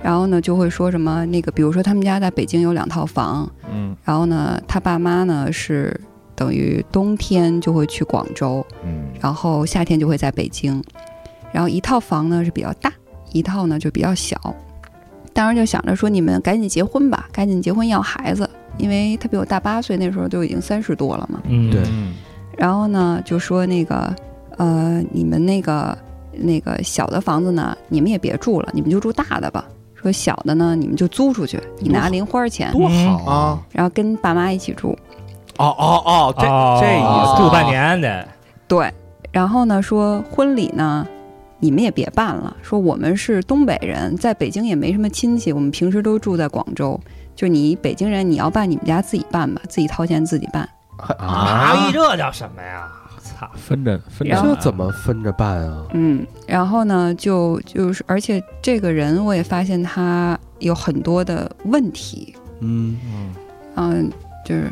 [SPEAKER 5] 然后呢就会说什么那个，比如说他们家在北京有两套房，
[SPEAKER 3] 嗯，
[SPEAKER 5] 然后呢他爸妈呢是等于冬天就会去广州，
[SPEAKER 2] 嗯
[SPEAKER 5] 然后夏天就会在北京，然后一套房呢是比较大，一套呢就比较小。当时就想着说，你们赶紧结婚吧，赶紧结婚要孩子，因为他比我大八岁，那时候就已经三十多了嘛。
[SPEAKER 4] 嗯，
[SPEAKER 1] 对
[SPEAKER 5] 然后呢，就说那个，呃，你们那个那个小的房子呢，你们也别住了，你们就住大的吧。说小的呢，你们就租出去，你拿零花钱，
[SPEAKER 1] 多好
[SPEAKER 2] 啊，
[SPEAKER 5] 然后跟爸妈一起住。
[SPEAKER 2] 哦哦哦，这
[SPEAKER 4] 哦
[SPEAKER 2] 这意思
[SPEAKER 4] 住半年得，
[SPEAKER 5] 对，然后呢，说婚礼呢，你们也别办了。说我们是东北人，在北京也没什么亲戚，我们平时都住在广州。就你北京人，你要办你们家自己办吧，自己掏钱自己办。
[SPEAKER 4] 啊，这叫什么呀？操，
[SPEAKER 3] 分着分
[SPEAKER 5] 然
[SPEAKER 1] 这怎么分着办啊？
[SPEAKER 5] 嗯，然后呢，就就是，而且这个人我也发现他有很多的问题，
[SPEAKER 1] 嗯，
[SPEAKER 5] 嗯，就是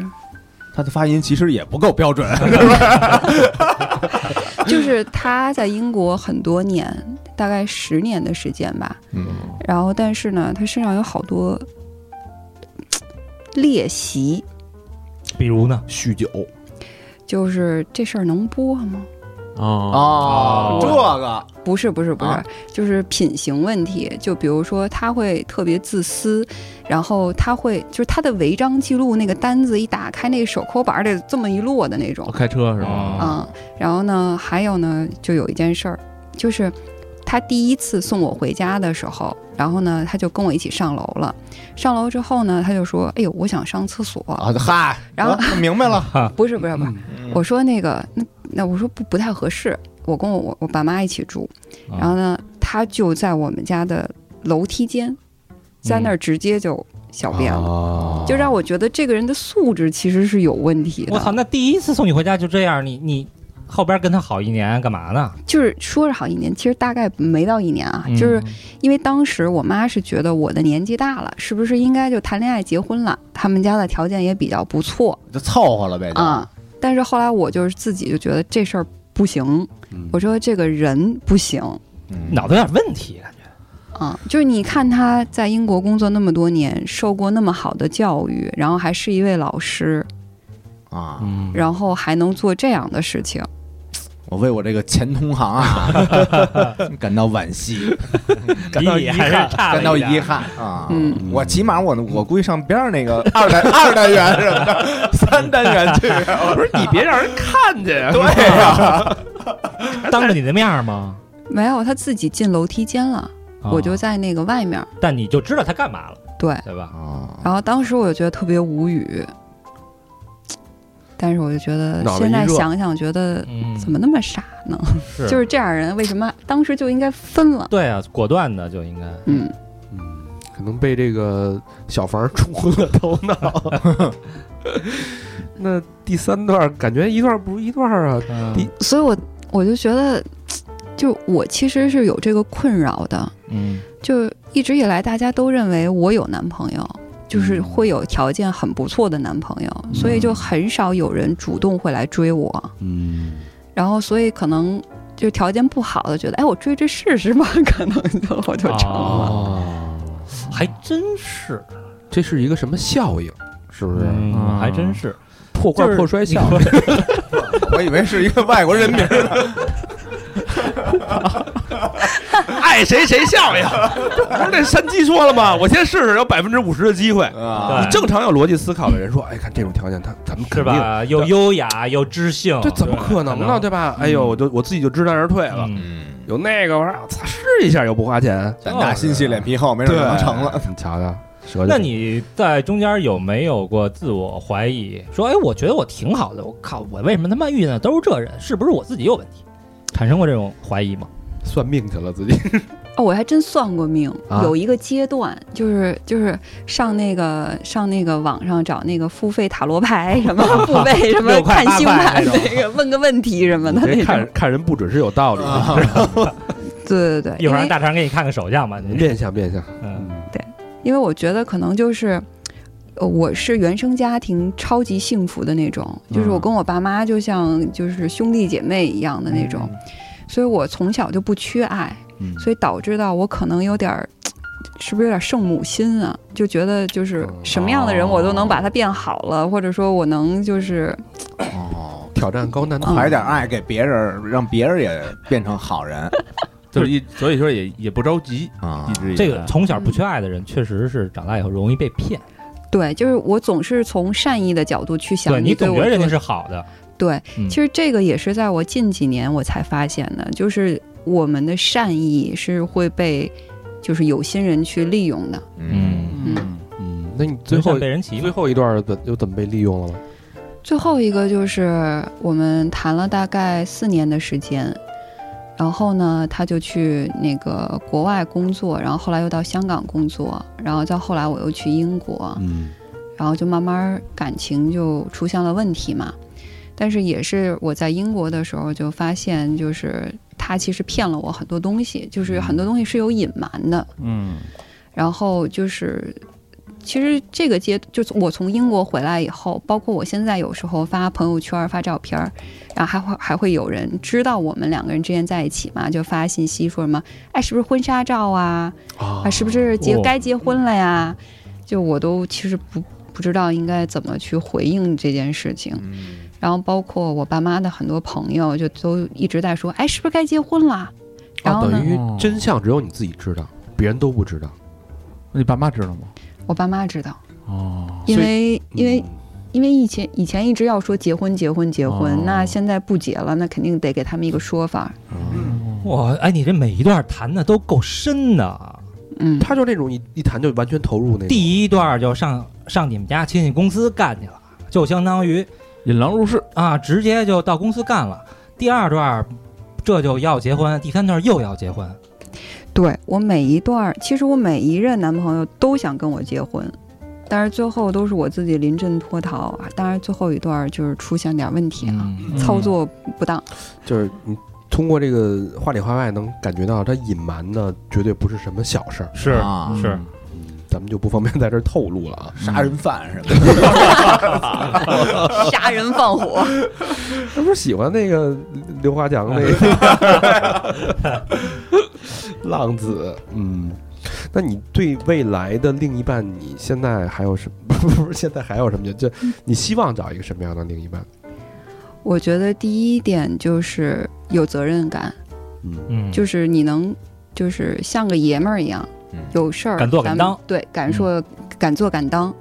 [SPEAKER 2] 他的发音其实也不够标准，
[SPEAKER 5] 就是他在英国很多年，大概十年的时间吧，
[SPEAKER 2] 嗯，
[SPEAKER 5] 然后但是呢，他身上有好多呃劣习，
[SPEAKER 4] 比如呢？
[SPEAKER 1] 酗酒，
[SPEAKER 5] 就是这事儿能播吗？
[SPEAKER 6] 啊，
[SPEAKER 2] 哦这个
[SPEAKER 5] 不是不是不是，
[SPEAKER 2] 啊
[SPEAKER 5] 就是品行问题。就比如说，他会特别自私，然后他会就是他的违章记录那个单子一打开，那个手抠板儿得这么一摞的那种
[SPEAKER 3] 哦开车是吧？
[SPEAKER 4] 啊，
[SPEAKER 5] 啊、然后呢，还有呢，就有一件事儿，就是他第一次送我回家的时候，然后呢，他就跟我一起上楼了。上楼之后呢，他就说：“哎呦，我想上厕所。
[SPEAKER 2] 啊，嗨，
[SPEAKER 5] 然后
[SPEAKER 2] 啊明白了，
[SPEAKER 5] 不是不是不是，
[SPEAKER 2] 嗯
[SPEAKER 5] 我说那个那那我说不不太合适，我跟我我我爸妈一起住，
[SPEAKER 4] 啊
[SPEAKER 5] 然后呢，他就在我们家的楼梯间，在那儿
[SPEAKER 4] 嗯
[SPEAKER 5] 直接就小便
[SPEAKER 4] 哦
[SPEAKER 5] 了，
[SPEAKER 1] 啊
[SPEAKER 5] 就让我觉得这个人的素质其实是有问题的。
[SPEAKER 4] 我操，那第一次送你回家就这样，你你后边跟他好一年干嘛呢？
[SPEAKER 5] 就是说是好一年，其实大概没到一年啊，
[SPEAKER 4] 嗯
[SPEAKER 5] 就是因为当时我妈是觉得我的年纪大了，是不是应该就谈恋爱结婚了？他们家的条件也比较不错
[SPEAKER 2] 就凑合了
[SPEAKER 4] 哎
[SPEAKER 2] 呗，就
[SPEAKER 5] 啊、但是后来我就是自己就觉得这事儿不行，
[SPEAKER 1] 嗯
[SPEAKER 5] 我说这个人不行。
[SPEAKER 2] 嗯
[SPEAKER 4] 脑子有点问题，感觉
[SPEAKER 5] 啊，就是你看他在英国工作那么多年，受过那么好的教育，然后还是一位老师，
[SPEAKER 2] 啊，
[SPEAKER 7] 嗯，
[SPEAKER 5] 然后还能做这样的事情，
[SPEAKER 2] 我为我这个前同行 啊感到惋惜，
[SPEAKER 4] 比你还是差了
[SPEAKER 2] 感
[SPEAKER 4] 一
[SPEAKER 2] 到
[SPEAKER 4] 点
[SPEAKER 2] 遗。憾啊。
[SPEAKER 5] 嗯，
[SPEAKER 2] 我起码我我估计上边儿那个二单二单元什么的，三单 元去，
[SPEAKER 1] 不是你别让人看见啊，
[SPEAKER 2] 对呀，
[SPEAKER 4] 当着你的面儿吗？
[SPEAKER 5] 没有他自己进楼梯间了，
[SPEAKER 4] 啊
[SPEAKER 5] 我就，在那个外面儿，
[SPEAKER 4] 但你就知道他干嘛了，
[SPEAKER 5] 对，
[SPEAKER 4] 对吧？
[SPEAKER 2] 啊
[SPEAKER 5] 然后当时我就觉得特别无语，但是我就觉得
[SPEAKER 1] 脑袋
[SPEAKER 5] 现
[SPEAKER 1] 一
[SPEAKER 5] 在
[SPEAKER 1] 热
[SPEAKER 5] 想想觉得
[SPEAKER 4] 嗯，
[SPEAKER 5] 怎么那么傻呢？
[SPEAKER 4] 是
[SPEAKER 5] 就是这样人为什么当时就应该分了？
[SPEAKER 4] 对啊，果断的就应该。
[SPEAKER 5] 嗯，
[SPEAKER 1] 嗯，可能被这个小房冲昏了头 脑。那第三段感觉一段不如一段啊，
[SPEAKER 4] 嗯
[SPEAKER 5] 所以我我就觉得，就我其实是有这个困扰的，
[SPEAKER 4] 嗯
[SPEAKER 5] 就一直以来大家都认为我有男朋友，就是会有条件很不错的男朋友，
[SPEAKER 4] 嗯
[SPEAKER 5] 所以就很少有人主动会来追我。
[SPEAKER 1] 嗯，
[SPEAKER 5] 然后，所以可能就条件不好的觉得，哎，我追追试试吧， 可能就我就成
[SPEAKER 4] 啊
[SPEAKER 5] 了。
[SPEAKER 1] 哦，
[SPEAKER 4] 还真是，
[SPEAKER 1] 这是一个什么效应？是不是
[SPEAKER 4] 嗯，还真是
[SPEAKER 1] 破罐破摔效应？
[SPEAKER 4] 就是你
[SPEAKER 2] 我以为是一个外国人名儿呢，
[SPEAKER 1] 爱哎谁谁效应？不是那山鸡说了吗？我先试试，有百分之五十的机会。
[SPEAKER 2] 啊，
[SPEAKER 4] 对
[SPEAKER 1] 正常有逻辑思考的人说，哎，看这种条件，他咱们
[SPEAKER 4] 是
[SPEAKER 1] 肯定
[SPEAKER 4] 吧？哦又优雅又知性，
[SPEAKER 1] 这怎么可能呢？对吧？哎呦，我就我自己就知难而退了。
[SPEAKER 4] 嗯
[SPEAKER 2] 嗯，
[SPEAKER 1] 有那个，我说我操，试一下又不花钱，
[SPEAKER 2] 胆大心细脸皮厚，没准就能成了。
[SPEAKER 1] 你瞧瞧，舌头
[SPEAKER 4] 那你在中间有没有过自我怀疑？说，哎，我觉得我挺好的，我靠，我为什么他妈遇见的都是这人？是不是我自己有问题？产生过这种怀疑吗？
[SPEAKER 1] 算命去了自己。
[SPEAKER 5] 哦，我还真算过命，
[SPEAKER 1] 啊
[SPEAKER 5] 有一个阶段就是就是上那个上那个网上找那个付费塔罗牌什么付费什么
[SPEAKER 4] 六块
[SPEAKER 5] 看
[SPEAKER 4] 八
[SPEAKER 5] 星
[SPEAKER 4] 块
[SPEAKER 5] 盘
[SPEAKER 4] 那种
[SPEAKER 5] 那个问个问题什么的
[SPEAKER 1] 这
[SPEAKER 5] 那种
[SPEAKER 1] 看看人不准是有道理的，
[SPEAKER 2] 啊
[SPEAKER 5] 对对对，
[SPEAKER 4] 一会儿让
[SPEAKER 5] 因为
[SPEAKER 4] 大肠给你看看手相吧。你
[SPEAKER 1] 变相变相，
[SPEAKER 4] 嗯，
[SPEAKER 5] 因为我觉得可能就是，呃，我是原生家庭超级幸福的那种，就是
[SPEAKER 4] 嗯
[SPEAKER 5] 我跟我爸妈就像就是兄弟姐妹一样的那
[SPEAKER 4] 嗯
[SPEAKER 5] 种，
[SPEAKER 2] 嗯
[SPEAKER 5] 所以我从小就不缺爱，
[SPEAKER 3] 嗯
[SPEAKER 5] 所以导致到我可能有点儿。是不是有点圣母心啊？就觉得就是
[SPEAKER 4] 哦
[SPEAKER 5] 什么样的人我都能把他变好了，或者说我能就是
[SPEAKER 1] 哦，挑战高难度，
[SPEAKER 2] 怀点爱给别人，让别人也变成好人
[SPEAKER 3] 就是一，所以说也也不着急，
[SPEAKER 2] 啊
[SPEAKER 1] 嗯
[SPEAKER 3] 一！直以来
[SPEAKER 4] 这个从小不缺爱的人，确实是长大以后容易被骗。
[SPEAKER 5] 对，就是我总是从善意的角度去想
[SPEAKER 4] 对你
[SPEAKER 5] 对
[SPEAKER 4] 总
[SPEAKER 5] 我
[SPEAKER 4] 觉得人
[SPEAKER 5] 做
[SPEAKER 4] 家是好的，
[SPEAKER 5] 对，
[SPEAKER 4] 嗯
[SPEAKER 5] 其实这个也是在我近几年我才发现的，就是我们的善意是会被就是有心人去利用的。
[SPEAKER 4] 嗯，
[SPEAKER 5] 嗯，
[SPEAKER 1] 嗯，那你最后
[SPEAKER 4] 被人骑
[SPEAKER 1] 最
[SPEAKER 4] 嘛，
[SPEAKER 1] 后一段怎又怎么被利用了吗？
[SPEAKER 5] 最后一个就是我们谈了大概四年的时间，然后呢，他就去那个国外工作，然后后来又到香港工作，然后再后来我又去英国，
[SPEAKER 3] 嗯
[SPEAKER 5] 然后就慢慢感情就出现了问题嘛。但是也是我在英国的时候就发现，就是他其实骗了我很多东西，就是很多东西是有隐瞒的。
[SPEAKER 3] 嗯
[SPEAKER 5] 然后就是，其实这个阶就是我从英国回来以后，包括我现在有时候发朋友圈、发照片儿，然后还会还会有人知道我们两个人之间在一起嘛，就发信息说什么，哎，是不是婚纱照啊？
[SPEAKER 1] 啊
[SPEAKER 5] 啊，是不是结
[SPEAKER 4] 哦
[SPEAKER 5] 该结婚了呀？就我都其实不不知道应该怎么去回应这件事情。
[SPEAKER 2] 嗯
[SPEAKER 5] 然后包括我爸妈的很多朋友，就都一直在说，哎，是不是该结婚了？然
[SPEAKER 1] 啊，
[SPEAKER 5] 后呢
[SPEAKER 1] 等，于真相只有你自己知道，别人都不知道。
[SPEAKER 3] 那你爸妈知道吗？
[SPEAKER 5] 我爸妈知道，
[SPEAKER 3] 哦，
[SPEAKER 5] 因
[SPEAKER 1] 所以
[SPEAKER 5] 为因为
[SPEAKER 1] 嗯
[SPEAKER 5] 因为以前以前一直要说结婚结婚结婚，
[SPEAKER 3] 哦
[SPEAKER 5] 那现在不结了，那肯定得给他们一个说法。
[SPEAKER 4] 哇，哎，你这每一段谈的都够深的。
[SPEAKER 5] 嗯，
[SPEAKER 1] 他就那种一一谈就完全投入那种，
[SPEAKER 4] 第一段就上上你们家亲戚公司干去了，就相当于
[SPEAKER 3] 引狼入室，
[SPEAKER 4] 啊，直接就到公司干了。第二段这就要结婚，第三段又要结婚，
[SPEAKER 5] 对我每一段儿，其实我每一任男朋友都想跟我结婚，但是最后都是我自己临阵脱逃啊。当然最后一段儿就是出现点问题啊，
[SPEAKER 3] 嗯
[SPEAKER 5] 操作不当。
[SPEAKER 1] 就是你通过这个话里话外能感觉到，他隐瞒的绝对不是什么小事儿，
[SPEAKER 4] 是
[SPEAKER 2] 啊
[SPEAKER 4] 是，
[SPEAKER 1] 咱们就不方便在这儿透露了啊。
[SPEAKER 2] 杀人犯什么的，
[SPEAKER 5] 杀人放火，
[SPEAKER 4] 嗯
[SPEAKER 1] 他不是喜欢那个刘华强那个 浪子，嗯。那你对未来的另一半，你现在还有什 不是不是现在还有什么？就你希望找一个什么样的另一半？
[SPEAKER 5] 我觉得第一点就是有责任感，
[SPEAKER 4] 嗯，
[SPEAKER 5] 就是你能就是像个爷们儿一样
[SPEAKER 2] 嗯，
[SPEAKER 5] 有事儿
[SPEAKER 4] 敢做敢当嗯
[SPEAKER 5] 咱们，对，敢说敢做敢当。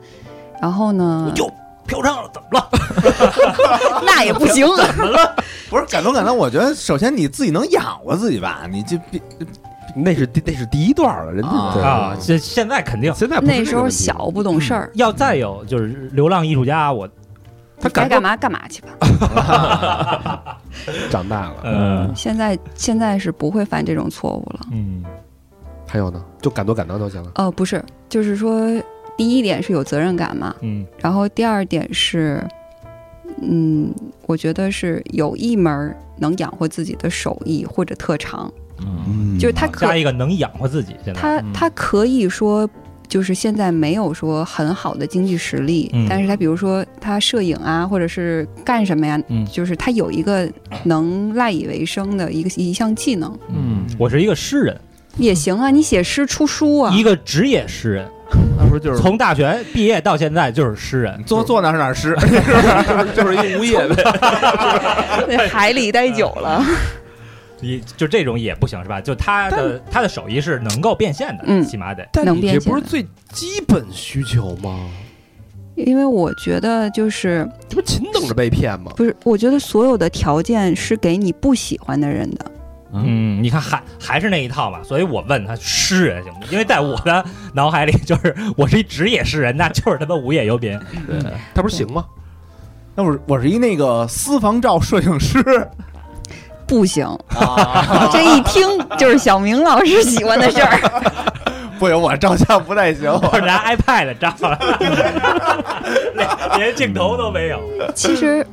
[SPEAKER 5] 然后呢，
[SPEAKER 4] 嫖娼了怎么了？
[SPEAKER 5] 那也不行。
[SPEAKER 2] 不是感动感动。我觉得首先你自己能养活自己吧，你就别
[SPEAKER 1] 那是第那是第一段了，人家
[SPEAKER 2] 啊
[SPEAKER 1] 对
[SPEAKER 4] 啊，这现在肯定
[SPEAKER 1] 现在不是
[SPEAKER 5] 那时
[SPEAKER 1] 这个
[SPEAKER 5] 候
[SPEAKER 1] 问题
[SPEAKER 5] 小，不懂事儿，
[SPEAKER 4] 要再有就是流浪艺术家，我
[SPEAKER 1] 他
[SPEAKER 5] 该
[SPEAKER 1] 感
[SPEAKER 5] 干嘛干嘛去吧。
[SPEAKER 1] 长大了，
[SPEAKER 3] 呃
[SPEAKER 4] 嗯
[SPEAKER 5] 现在现在是不会犯这种错误了。
[SPEAKER 4] 嗯
[SPEAKER 1] 还有呢，就敢多敢当就行了。
[SPEAKER 5] 呃，不是，就是说，第一点是有责任感嘛，
[SPEAKER 4] 嗯
[SPEAKER 5] 然后第二点是，嗯，我觉得是有一门儿能养活自己的手艺或者特长，
[SPEAKER 4] 嗯，
[SPEAKER 5] 就是他可
[SPEAKER 4] 加一个能养活自己，现在
[SPEAKER 5] 他
[SPEAKER 3] 嗯
[SPEAKER 5] 他可以说。就是现在没有说很好的经济实力，
[SPEAKER 4] 嗯
[SPEAKER 5] 但是他比如说他摄影啊，或者是干什么呀，
[SPEAKER 4] 嗯
[SPEAKER 5] 就是他有一个能赖以为生的一个一项技能
[SPEAKER 3] 嗯，
[SPEAKER 4] 我是一个诗人，
[SPEAKER 5] 也行啊。你写诗出书 啊，
[SPEAKER 4] 一个职业诗人，
[SPEAKER 3] 那时候就是
[SPEAKER 4] 从大学毕业到现在就是诗人。
[SPEAKER 2] 坐坐哪儿哪儿 湿。
[SPEAKER 1] 哎
[SPEAKER 3] 就是一无业呗，
[SPEAKER 5] 在海里待久了。
[SPEAKER 4] 嗯也就这种也不行是吧？就他的他的手艺是能够变现的，
[SPEAKER 5] 嗯
[SPEAKER 4] 起码得
[SPEAKER 1] 但
[SPEAKER 5] 能
[SPEAKER 1] 你
[SPEAKER 5] 变
[SPEAKER 1] 这不
[SPEAKER 5] 现
[SPEAKER 1] 是
[SPEAKER 5] 的
[SPEAKER 1] 最基本需求吗？
[SPEAKER 5] 因为我觉得就是
[SPEAKER 1] 这不勤等着被骗吗？
[SPEAKER 5] 不是，我觉得所有的条件是给你不喜欢的人的。
[SPEAKER 4] 嗯，你看还还是那一套嘛，所以我问他诗人行不行？因为在我的脑海里就是我是一职业诗人，那就是他妈无业游民。
[SPEAKER 1] 他不是行吗？
[SPEAKER 2] 那我是我是一那个私房照摄影师，
[SPEAKER 5] 不行，这一听就是小明老师喜欢的事儿。
[SPEAKER 2] 不行，我照相不太行。
[SPEAKER 4] 我是拿 iPad 照的，连连镜头都
[SPEAKER 5] 嗯
[SPEAKER 4] 没有。
[SPEAKER 5] 其实，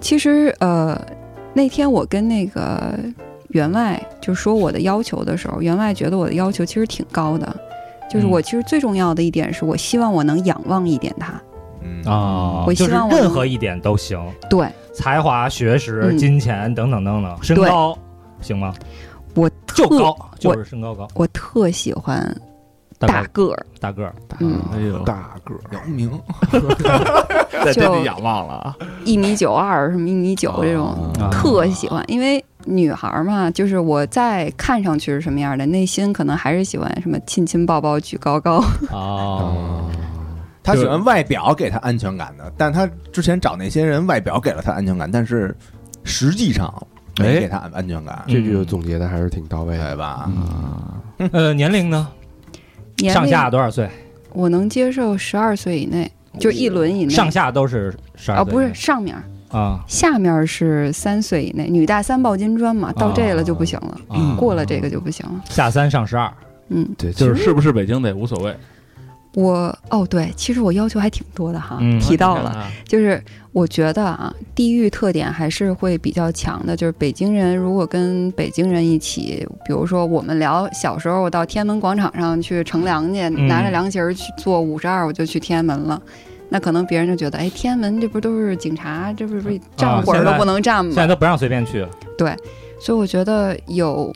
[SPEAKER 5] 其实呃，那天我跟那个员外就说我的要求的时候，员外觉得我的要求其实挺高的，
[SPEAKER 4] 嗯
[SPEAKER 5] 就是我其实最重要的一点是我希望我能仰望一点他，
[SPEAKER 2] 嗯
[SPEAKER 4] 啊，
[SPEAKER 5] 我
[SPEAKER 4] 就是
[SPEAKER 5] 希望我
[SPEAKER 4] 任
[SPEAKER 5] 能
[SPEAKER 4] 何一点都行，
[SPEAKER 5] 对
[SPEAKER 4] 才华、学识、
[SPEAKER 5] 嗯
[SPEAKER 4] 金钱等等等等，身
[SPEAKER 5] 对
[SPEAKER 4] 高行吗？
[SPEAKER 5] 我
[SPEAKER 4] 就
[SPEAKER 5] 特
[SPEAKER 4] 高，就是身高高，
[SPEAKER 5] 我特喜欢
[SPEAKER 4] 大
[SPEAKER 5] 大
[SPEAKER 4] 高
[SPEAKER 5] 个儿，
[SPEAKER 4] 大个儿，
[SPEAKER 5] 嗯，
[SPEAKER 3] 哎呦，
[SPEAKER 1] 大个儿，
[SPEAKER 2] 姚明
[SPEAKER 3] 在
[SPEAKER 5] 就
[SPEAKER 3] 这里仰望了啊！
[SPEAKER 5] 一米九二什么一米九这种，
[SPEAKER 4] 啊
[SPEAKER 5] 特喜欢，因为女孩儿嘛，就是我在看上去是什么样的，内心可能还是喜欢什么亲亲抱抱举高高。
[SPEAKER 4] 哦，
[SPEAKER 2] 他喜欢外表给他安全感的，但他之前找那些人外表给了他安全感，但是实际上没给他安全感，
[SPEAKER 1] 这句总结的还是挺到位的。
[SPEAKER 2] 对吧？
[SPEAKER 4] 呃，年龄呢？
[SPEAKER 5] 年龄
[SPEAKER 4] 上下多少岁？
[SPEAKER 5] 我能接受十二岁以内，就一轮以内。
[SPEAKER 4] 上下都是十二
[SPEAKER 5] 啊、不是上面儿，
[SPEAKER 4] 啊
[SPEAKER 5] 下面儿是三岁以内，女大三抱金砖嘛，到这了就不行了，
[SPEAKER 4] 啊，
[SPEAKER 5] 过了这个就不行了。
[SPEAKER 4] 下三上十二，
[SPEAKER 5] 嗯，
[SPEAKER 1] 对，
[SPEAKER 3] 就
[SPEAKER 1] 其
[SPEAKER 3] 是
[SPEAKER 1] 实
[SPEAKER 3] 是不是北京的也无所谓，
[SPEAKER 5] 我哦对，其实我要求还挺多的哈，
[SPEAKER 4] 嗯
[SPEAKER 5] 提到了。
[SPEAKER 3] 啊
[SPEAKER 5] 就是我觉得啊，地域特点还是会比较强的。就是北京人如果跟北京人一起，比如说我们聊小时候，我到天安门广场上去乘凉去，
[SPEAKER 4] 嗯
[SPEAKER 5] 拿着凉席儿去坐五十二，我就去天安门了。那可能别人就觉得，哎，天安门这不都是警察，这不是站会
[SPEAKER 4] 嗯啊现
[SPEAKER 5] 儿
[SPEAKER 4] 在
[SPEAKER 5] 都不能站吗
[SPEAKER 4] 现？在都不让随便去，
[SPEAKER 5] 所以我觉得有，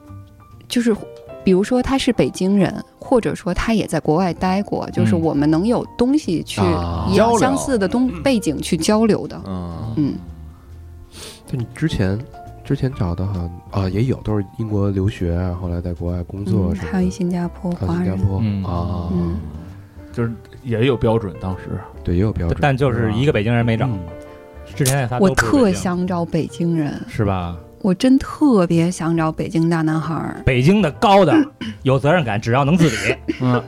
[SPEAKER 5] 就是比如说他是北京人，或者说他也在国外待过，就是
[SPEAKER 4] 嗯
[SPEAKER 5] 我们能有东西去
[SPEAKER 1] 啊
[SPEAKER 5] 一
[SPEAKER 2] 交
[SPEAKER 5] 样
[SPEAKER 2] 流
[SPEAKER 5] 相似的东背景去交流的，
[SPEAKER 2] 嗯，
[SPEAKER 5] 嗯。
[SPEAKER 1] 就你之前之前找的好像啊也有，都是英国留学啊，后来在国外工作
[SPEAKER 5] 嗯，
[SPEAKER 1] 什么的。
[SPEAKER 5] 还有一新加坡
[SPEAKER 1] 啊
[SPEAKER 5] 华
[SPEAKER 1] 新加
[SPEAKER 5] 人，
[SPEAKER 1] 坡
[SPEAKER 3] 嗯
[SPEAKER 1] 啊，
[SPEAKER 5] 嗯，
[SPEAKER 3] 就是也有标准，当时
[SPEAKER 1] 对，也有标准，
[SPEAKER 4] 但就是一个北京人没找。
[SPEAKER 1] 嗯
[SPEAKER 4] 之前他
[SPEAKER 5] 我特想找北京人，
[SPEAKER 4] 是吧？
[SPEAKER 5] 我真特别想找北京大男孩儿。
[SPEAKER 4] 北京的高 的有责任感，只要能自理，
[SPEAKER 3] 嗯，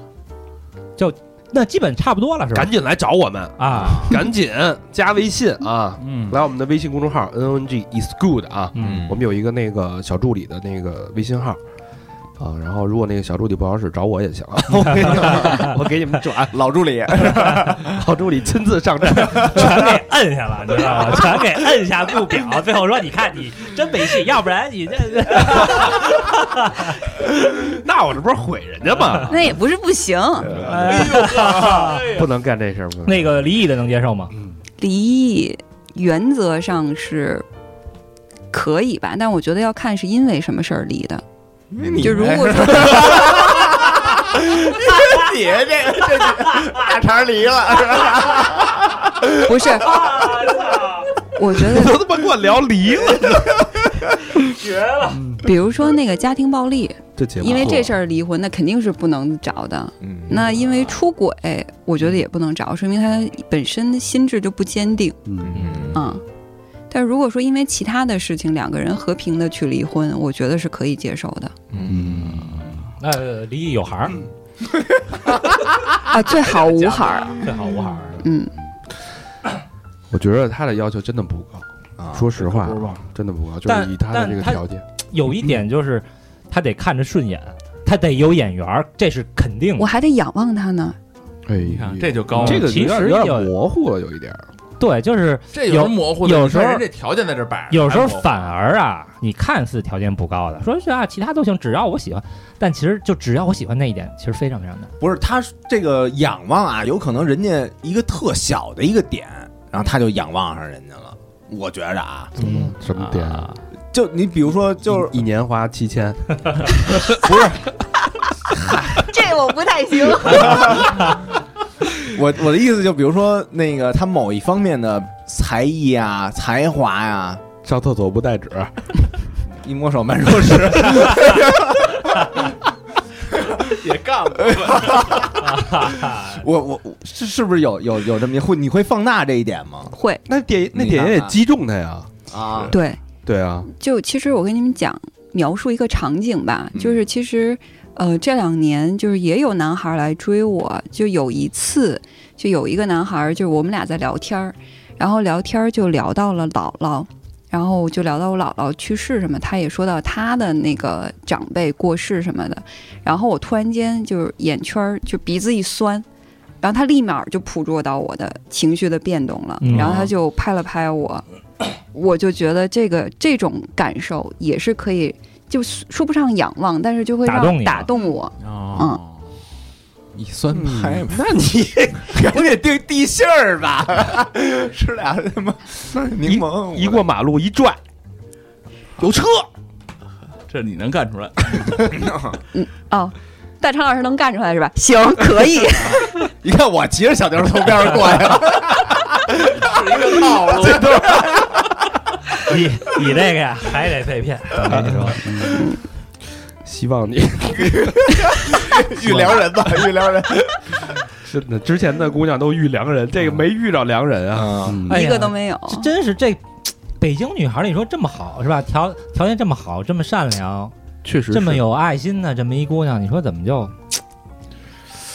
[SPEAKER 4] 就那基本差不多了，是吧
[SPEAKER 1] 赶？紧来找我们，
[SPEAKER 4] 啊，
[SPEAKER 1] 赶紧加微信啊，
[SPEAKER 3] 嗯
[SPEAKER 1] 来我们的微信公众号 N O N G is good 啊，
[SPEAKER 4] 嗯，
[SPEAKER 1] 我们有一个那个小助理的那个微信号。啊，然后如果那个小助理不好使，找我也 行啊，我给你们，我给你们转，
[SPEAKER 2] 老助理，
[SPEAKER 1] 好助理亲自 上阵。
[SPEAKER 4] 嗯全给摁下了，你知道吗？全给摁下不表，最后说你看你真没戏，要不然你这这
[SPEAKER 1] 那我这不是毁人家吗？
[SPEAKER 5] 那也不是不行，
[SPEAKER 1] 不能干这事儿，不能
[SPEAKER 4] 呃那个离异的能接受吗？
[SPEAKER 5] 离异原则上是可以吧，但我觉得要看是因为什么事儿离的。就如
[SPEAKER 2] 哎
[SPEAKER 5] 果说
[SPEAKER 2] 你这这这大肠离了，
[SPEAKER 5] 不是，我 觉得
[SPEAKER 1] 都他妈给我聊离了，
[SPEAKER 5] 比如说那个家庭暴力，
[SPEAKER 1] 这节目
[SPEAKER 5] 因为这事儿离婚，那肯定是不能找的。
[SPEAKER 2] 嗯
[SPEAKER 5] 那因为出轨，我觉得也不能找，说明他本身心智就不坚定。
[SPEAKER 2] 嗯
[SPEAKER 5] 嗯，但如果说因为其他的事情两个人和平的去离婚，我觉得是可以接受的
[SPEAKER 2] 嗯
[SPEAKER 1] 嗯
[SPEAKER 4] 那呃离异有孩儿，
[SPEAKER 5] 啊，最好无孩儿。
[SPEAKER 4] 最好无孩儿。
[SPEAKER 5] 嗯，
[SPEAKER 1] 我觉得他的要求真的不高，
[SPEAKER 2] 啊
[SPEAKER 1] 说实话
[SPEAKER 3] 不是，吧
[SPEAKER 1] 真嗯的不高，就
[SPEAKER 4] 但
[SPEAKER 1] 是以他的这个
[SPEAKER 4] 但他
[SPEAKER 1] 条件，
[SPEAKER 4] 有一点就是，他得看着顺眼，他得有眼缘儿，这是肯定
[SPEAKER 5] 我
[SPEAKER 4] 的。
[SPEAKER 5] 还得仰望他呢。
[SPEAKER 1] 哎
[SPEAKER 3] 你看
[SPEAKER 1] 呦
[SPEAKER 3] 这就高了，
[SPEAKER 1] 这个
[SPEAKER 4] 其
[SPEAKER 1] 有点
[SPEAKER 4] 实
[SPEAKER 1] 有
[SPEAKER 4] 有
[SPEAKER 1] 点模糊了，有一点儿。
[SPEAKER 4] 对，就是
[SPEAKER 3] 这有什么模糊的？
[SPEAKER 4] 有
[SPEAKER 3] 你看
[SPEAKER 4] 时候
[SPEAKER 3] 人这条件在这摆着，
[SPEAKER 4] 有时候
[SPEAKER 3] 还模糊
[SPEAKER 4] 反而啊，你看似条件不高的，说是啊，其他都行，只要我喜欢，但其实就只要我喜欢那一点，其实非常非常难。
[SPEAKER 2] 不是他这个仰望啊，有可能人家一个特小的一个点，然后他就仰望上人家了。我觉着啊，
[SPEAKER 1] 嗯，什么点？
[SPEAKER 3] 啊
[SPEAKER 2] 就你比如说，就是
[SPEAKER 1] 一一年花七千，
[SPEAKER 5] 这我不太行。
[SPEAKER 2] 我我的意思，就比如说那个他某一方面的才艺啊、才华呀、
[SPEAKER 1] 上厕所不带纸，
[SPEAKER 2] 一摸手慢说是，
[SPEAKER 3] 也干过，
[SPEAKER 2] 我我我是是不是有有有这么一会？你会放大这一点吗？
[SPEAKER 5] 会，
[SPEAKER 1] 那点那
[SPEAKER 2] 你
[SPEAKER 1] 点
[SPEAKER 2] 看
[SPEAKER 1] 也
[SPEAKER 2] 看
[SPEAKER 1] 击中他呀。
[SPEAKER 2] 啊，
[SPEAKER 5] 对，
[SPEAKER 1] 对啊，
[SPEAKER 5] 就其实我跟你们讲，描述一个场景吧，
[SPEAKER 2] 嗯
[SPEAKER 5] 就是其实，呃，这两年就是也有男孩来追我，就有一次，就有一个男孩，就是我们俩在聊天儿，然后聊天儿就聊到了姥姥，然后就聊到我姥姥去世什么，他也说到他的那个长辈过世什么的，然后我突然间就是眼圈儿就鼻子一酸。然后他立马就捕捉到我的情绪的变动了，
[SPEAKER 4] 嗯
[SPEAKER 5] 然后他就拍了拍我，我就觉得这个这种感受也是可以就说不上仰望，但是就会让
[SPEAKER 4] 打动你了啊
[SPEAKER 5] 打动我。嗯
[SPEAKER 3] 哦，
[SPEAKER 6] 你算
[SPEAKER 1] 嗯
[SPEAKER 6] 拍吗？
[SPEAKER 2] 那你赶紧定地信儿吧， 吃俩他妈柠檬
[SPEAKER 1] 一过马路一拽，有车，
[SPEAKER 6] 这你能干出来？
[SPEAKER 5] 哦，大昌老师能干出来是吧？ 行，可以。
[SPEAKER 2] 一看我骑着小牛从边上过来了，
[SPEAKER 6] 是一个套 路。
[SPEAKER 4] 你你这个呀还得被骗， 我跟你说，
[SPEAKER 1] 希望 你
[SPEAKER 2] 遇良人 吧，遇良人。
[SPEAKER 1] 真的之前的姑娘都遇良人，这个没遇着良人啊。嗯
[SPEAKER 2] 嗯，
[SPEAKER 4] 哎呀
[SPEAKER 5] 一个都没有。
[SPEAKER 4] 这真是这北京女孩儿，你说这么好是吧？条条件这么好，这么善良，
[SPEAKER 7] 确实是
[SPEAKER 4] 这么有爱心的这么一姑娘，你说怎么就，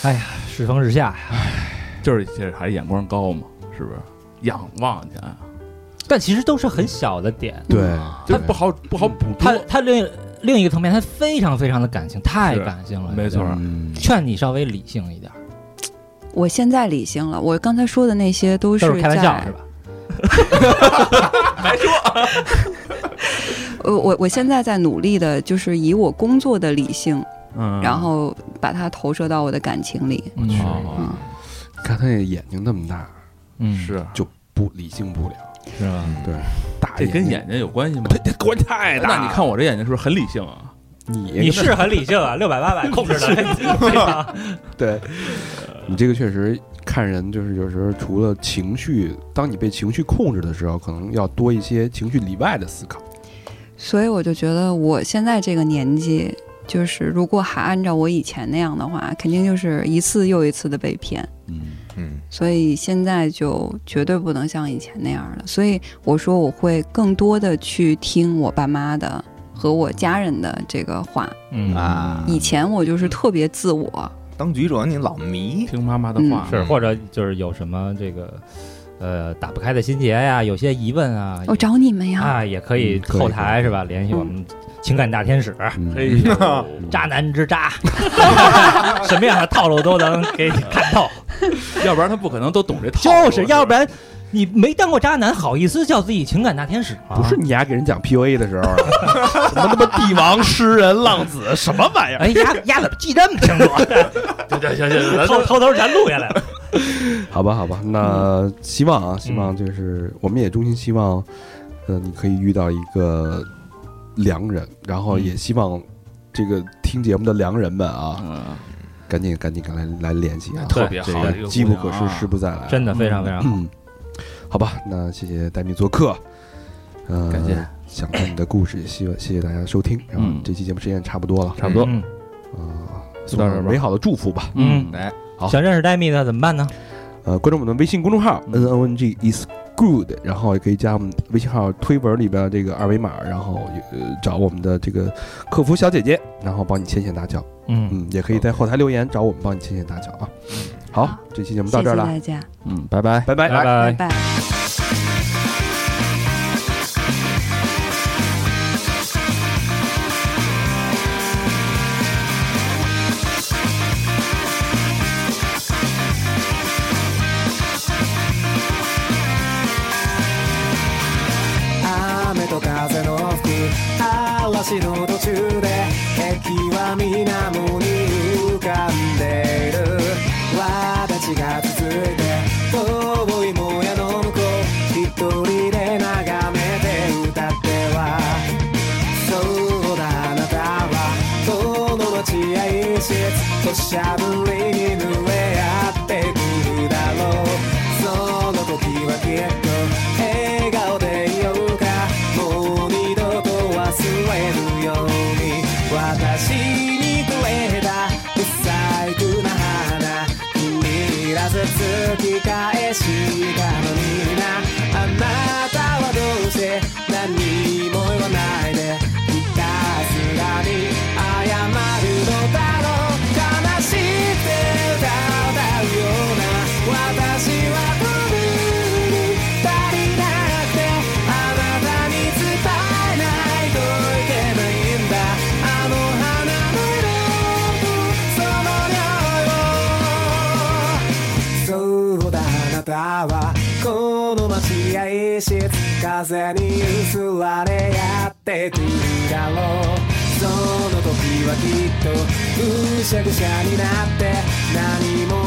[SPEAKER 4] 哎呀，世风日下呀？
[SPEAKER 6] 就是这还是眼光高嘛，是不是？仰望去，
[SPEAKER 4] 但其实都是很小的点，
[SPEAKER 1] 对，
[SPEAKER 6] 他不好不好捕
[SPEAKER 4] 她
[SPEAKER 6] 捉。
[SPEAKER 4] 她另另一个层面，她非常非常的感性，太
[SPEAKER 6] 是
[SPEAKER 4] 感性了，
[SPEAKER 6] 没错，
[SPEAKER 1] 嗯
[SPEAKER 4] 劝你稍微理性一点儿，
[SPEAKER 5] 我现在理性了，我刚才说的那些都
[SPEAKER 4] 都
[SPEAKER 5] 是
[SPEAKER 4] 是开玩笑是
[SPEAKER 5] 在
[SPEAKER 4] 吧？
[SPEAKER 5] 呃，我我现在在努力的，就是以我工作的理性，
[SPEAKER 4] 啊
[SPEAKER 6] 嗯，
[SPEAKER 5] 然后把它投射到我的感情里。
[SPEAKER 4] 嗯
[SPEAKER 6] 哦
[SPEAKER 1] 看他那眼睛那么大，
[SPEAKER 4] 嗯，
[SPEAKER 6] 是
[SPEAKER 1] 不理性不了，
[SPEAKER 4] 是吧？
[SPEAKER 1] 大
[SPEAKER 6] 这跟
[SPEAKER 1] 睛
[SPEAKER 6] 眼睛有关系吗？
[SPEAKER 1] 这关系太大。
[SPEAKER 6] 那你看我这眼睛是不是很理性啊？
[SPEAKER 1] 你
[SPEAKER 4] 你是很理性啊，六百八百控制的，
[SPEAKER 1] 对，你这个确实看人，就是有时候除了情绪，当你被情绪控制的时候，可能要多一些情绪里外的思考。
[SPEAKER 5] 所以我就觉得我现在这个年纪，就是如果还按照我以前那样的话，肯定就是一次又一次的被骗。
[SPEAKER 6] 嗯，
[SPEAKER 2] 嗯，
[SPEAKER 5] 所以现在就绝对不能像以前那样了。所以我说我会更多的去听我爸妈的和我家人的这个话。
[SPEAKER 4] 嗯
[SPEAKER 2] 啊
[SPEAKER 5] 以前我就是特别自我，
[SPEAKER 2] 当局者你老迷，
[SPEAKER 6] 听妈妈的话，
[SPEAKER 4] 是，或者就是有什么这个呃打不开的心结呀，有些疑问
[SPEAKER 1] 哎
[SPEAKER 4] 啊，
[SPEAKER 5] 我找你们呀。
[SPEAKER 4] 啊也可以
[SPEAKER 1] 嗯可以
[SPEAKER 4] 后台是吧？联系我们情感大天使、
[SPEAKER 3] 哎
[SPEAKER 1] 嗯，
[SPEAKER 6] 嘿呦，
[SPEAKER 4] 渣男之渣，什么样的套路都能给你看透，
[SPEAKER 6] 要不然他不可能都懂这套路。
[SPEAKER 4] 就是要不然你没当过渣男，好意思叫自己情感大天使吗？
[SPEAKER 1] 不是，你丫给人讲 PUA 的时候啊，什么他妈帝王、诗人、浪子，什么玩意儿？
[SPEAKER 4] 哎呀呀，怎么记这么清楚？
[SPEAKER 3] 行行行行，咱
[SPEAKER 4] 偷偷偷全录下来了。
[SPEAKER 1] 好吧，好吧，那希望啊，希望就是我们也衷心希望，呃，你可以遇到一个良人，然后也希望这个听节目的良人们啊，
[SPEAKER 6] 嗯，
[SPEAKER 1] 赶紧赶紧赶紧来来联系啊，
[SPEAKER 6] 特别好的一
[SPEAKER 1] 这
[SPEAKER 6] 个
[SPEAKER 1] 个
[SPEAKER 6] 姑
[SPEAKER 1] 机不
[SPEAKER 6] 娘
[SPEAKER 1] 可失，
[SPEAKER 6] 啊
[SPEAKER 1] 时不再来啊，
[SPEAKER 4] 真的非常非常好。
[SPEAKER 1] 嗯，好吧，那谢谢戴米做客，呃，
[SPEAKER 6] 感谢，
[SPEAKER 1] 想看你的故事，也希望谢谢大家收听，然后
[SPEAKER 6] 嗯
[SPEAKER 1] 这期节目时间也差不多了，
[SPEAKER 6] 差不多。
[SPEAKER 4] 嗯，
[SPEAKER 1] 啊，
[SPEAKER 6] 就
[SPEAKER 1] 送
[SPEAKER 6] 到这儿吧
[SPEAKER 1] 上美好的祝福吧。
[SPEAKER 6] 嗯，
[SPEAKER 2] 哎，
[SPEAKER 1] 好
[SPEAKER 4] 想认识戴米的怎么办呢？
[SPEAKER 1] 呃，关注我们的微信公众号
[SPEAKER 6] 嗯
[SPEAKER 1] n o n g is good，然后也可以加我们微信号推文里边这个二维码，然后呃找我们的这个客服小姐姐，然后帮你牵线搭桥。
[SPEAKER 4] 嗯，
[SPEAKER 1] 嗯，也可以在后台留言找我们帮你牵线搭桥啊。好
[SPEAKER 5] 好，
[SPEAKER 1] 这期节目
[SPEAKER 5] 谢
[SPEAKER 1] 到
[SPEAKER 5] 谢
[SPEAKER 1] 这儿了，哎
[SPEAKER 5] 大家，
[SPEAKER 6] 嗯，拜嗯拜。
[SPEAKER 1] 拜拜。
[SPEAKER 4] 拜
[SPEAKER 5] 拜。拜。
[SPEAKER 8] 雨と風の吹き嵐の途中で駅は水面に浮かんでいる輪立ちが続いて遠いもやの向こう一人で眺めて歌ってはそうだあなたはこの待合室土砂降りに濡れ合ってくるだろうその時はきっと笑顔でいようかもう二度と忘れるように私にくれた不細工な花君らず突き返したのになあなたはどうして何も言わないでひたすらに謝るのだろう悲しくて歌うような私は飛ぶに足りなくてあなたに伝えないといけないんだあの花の色とその匂いをそうだあなたはこの待合室風に揺すられやってくるだろうはきっとぐしゃぐしゃになって何も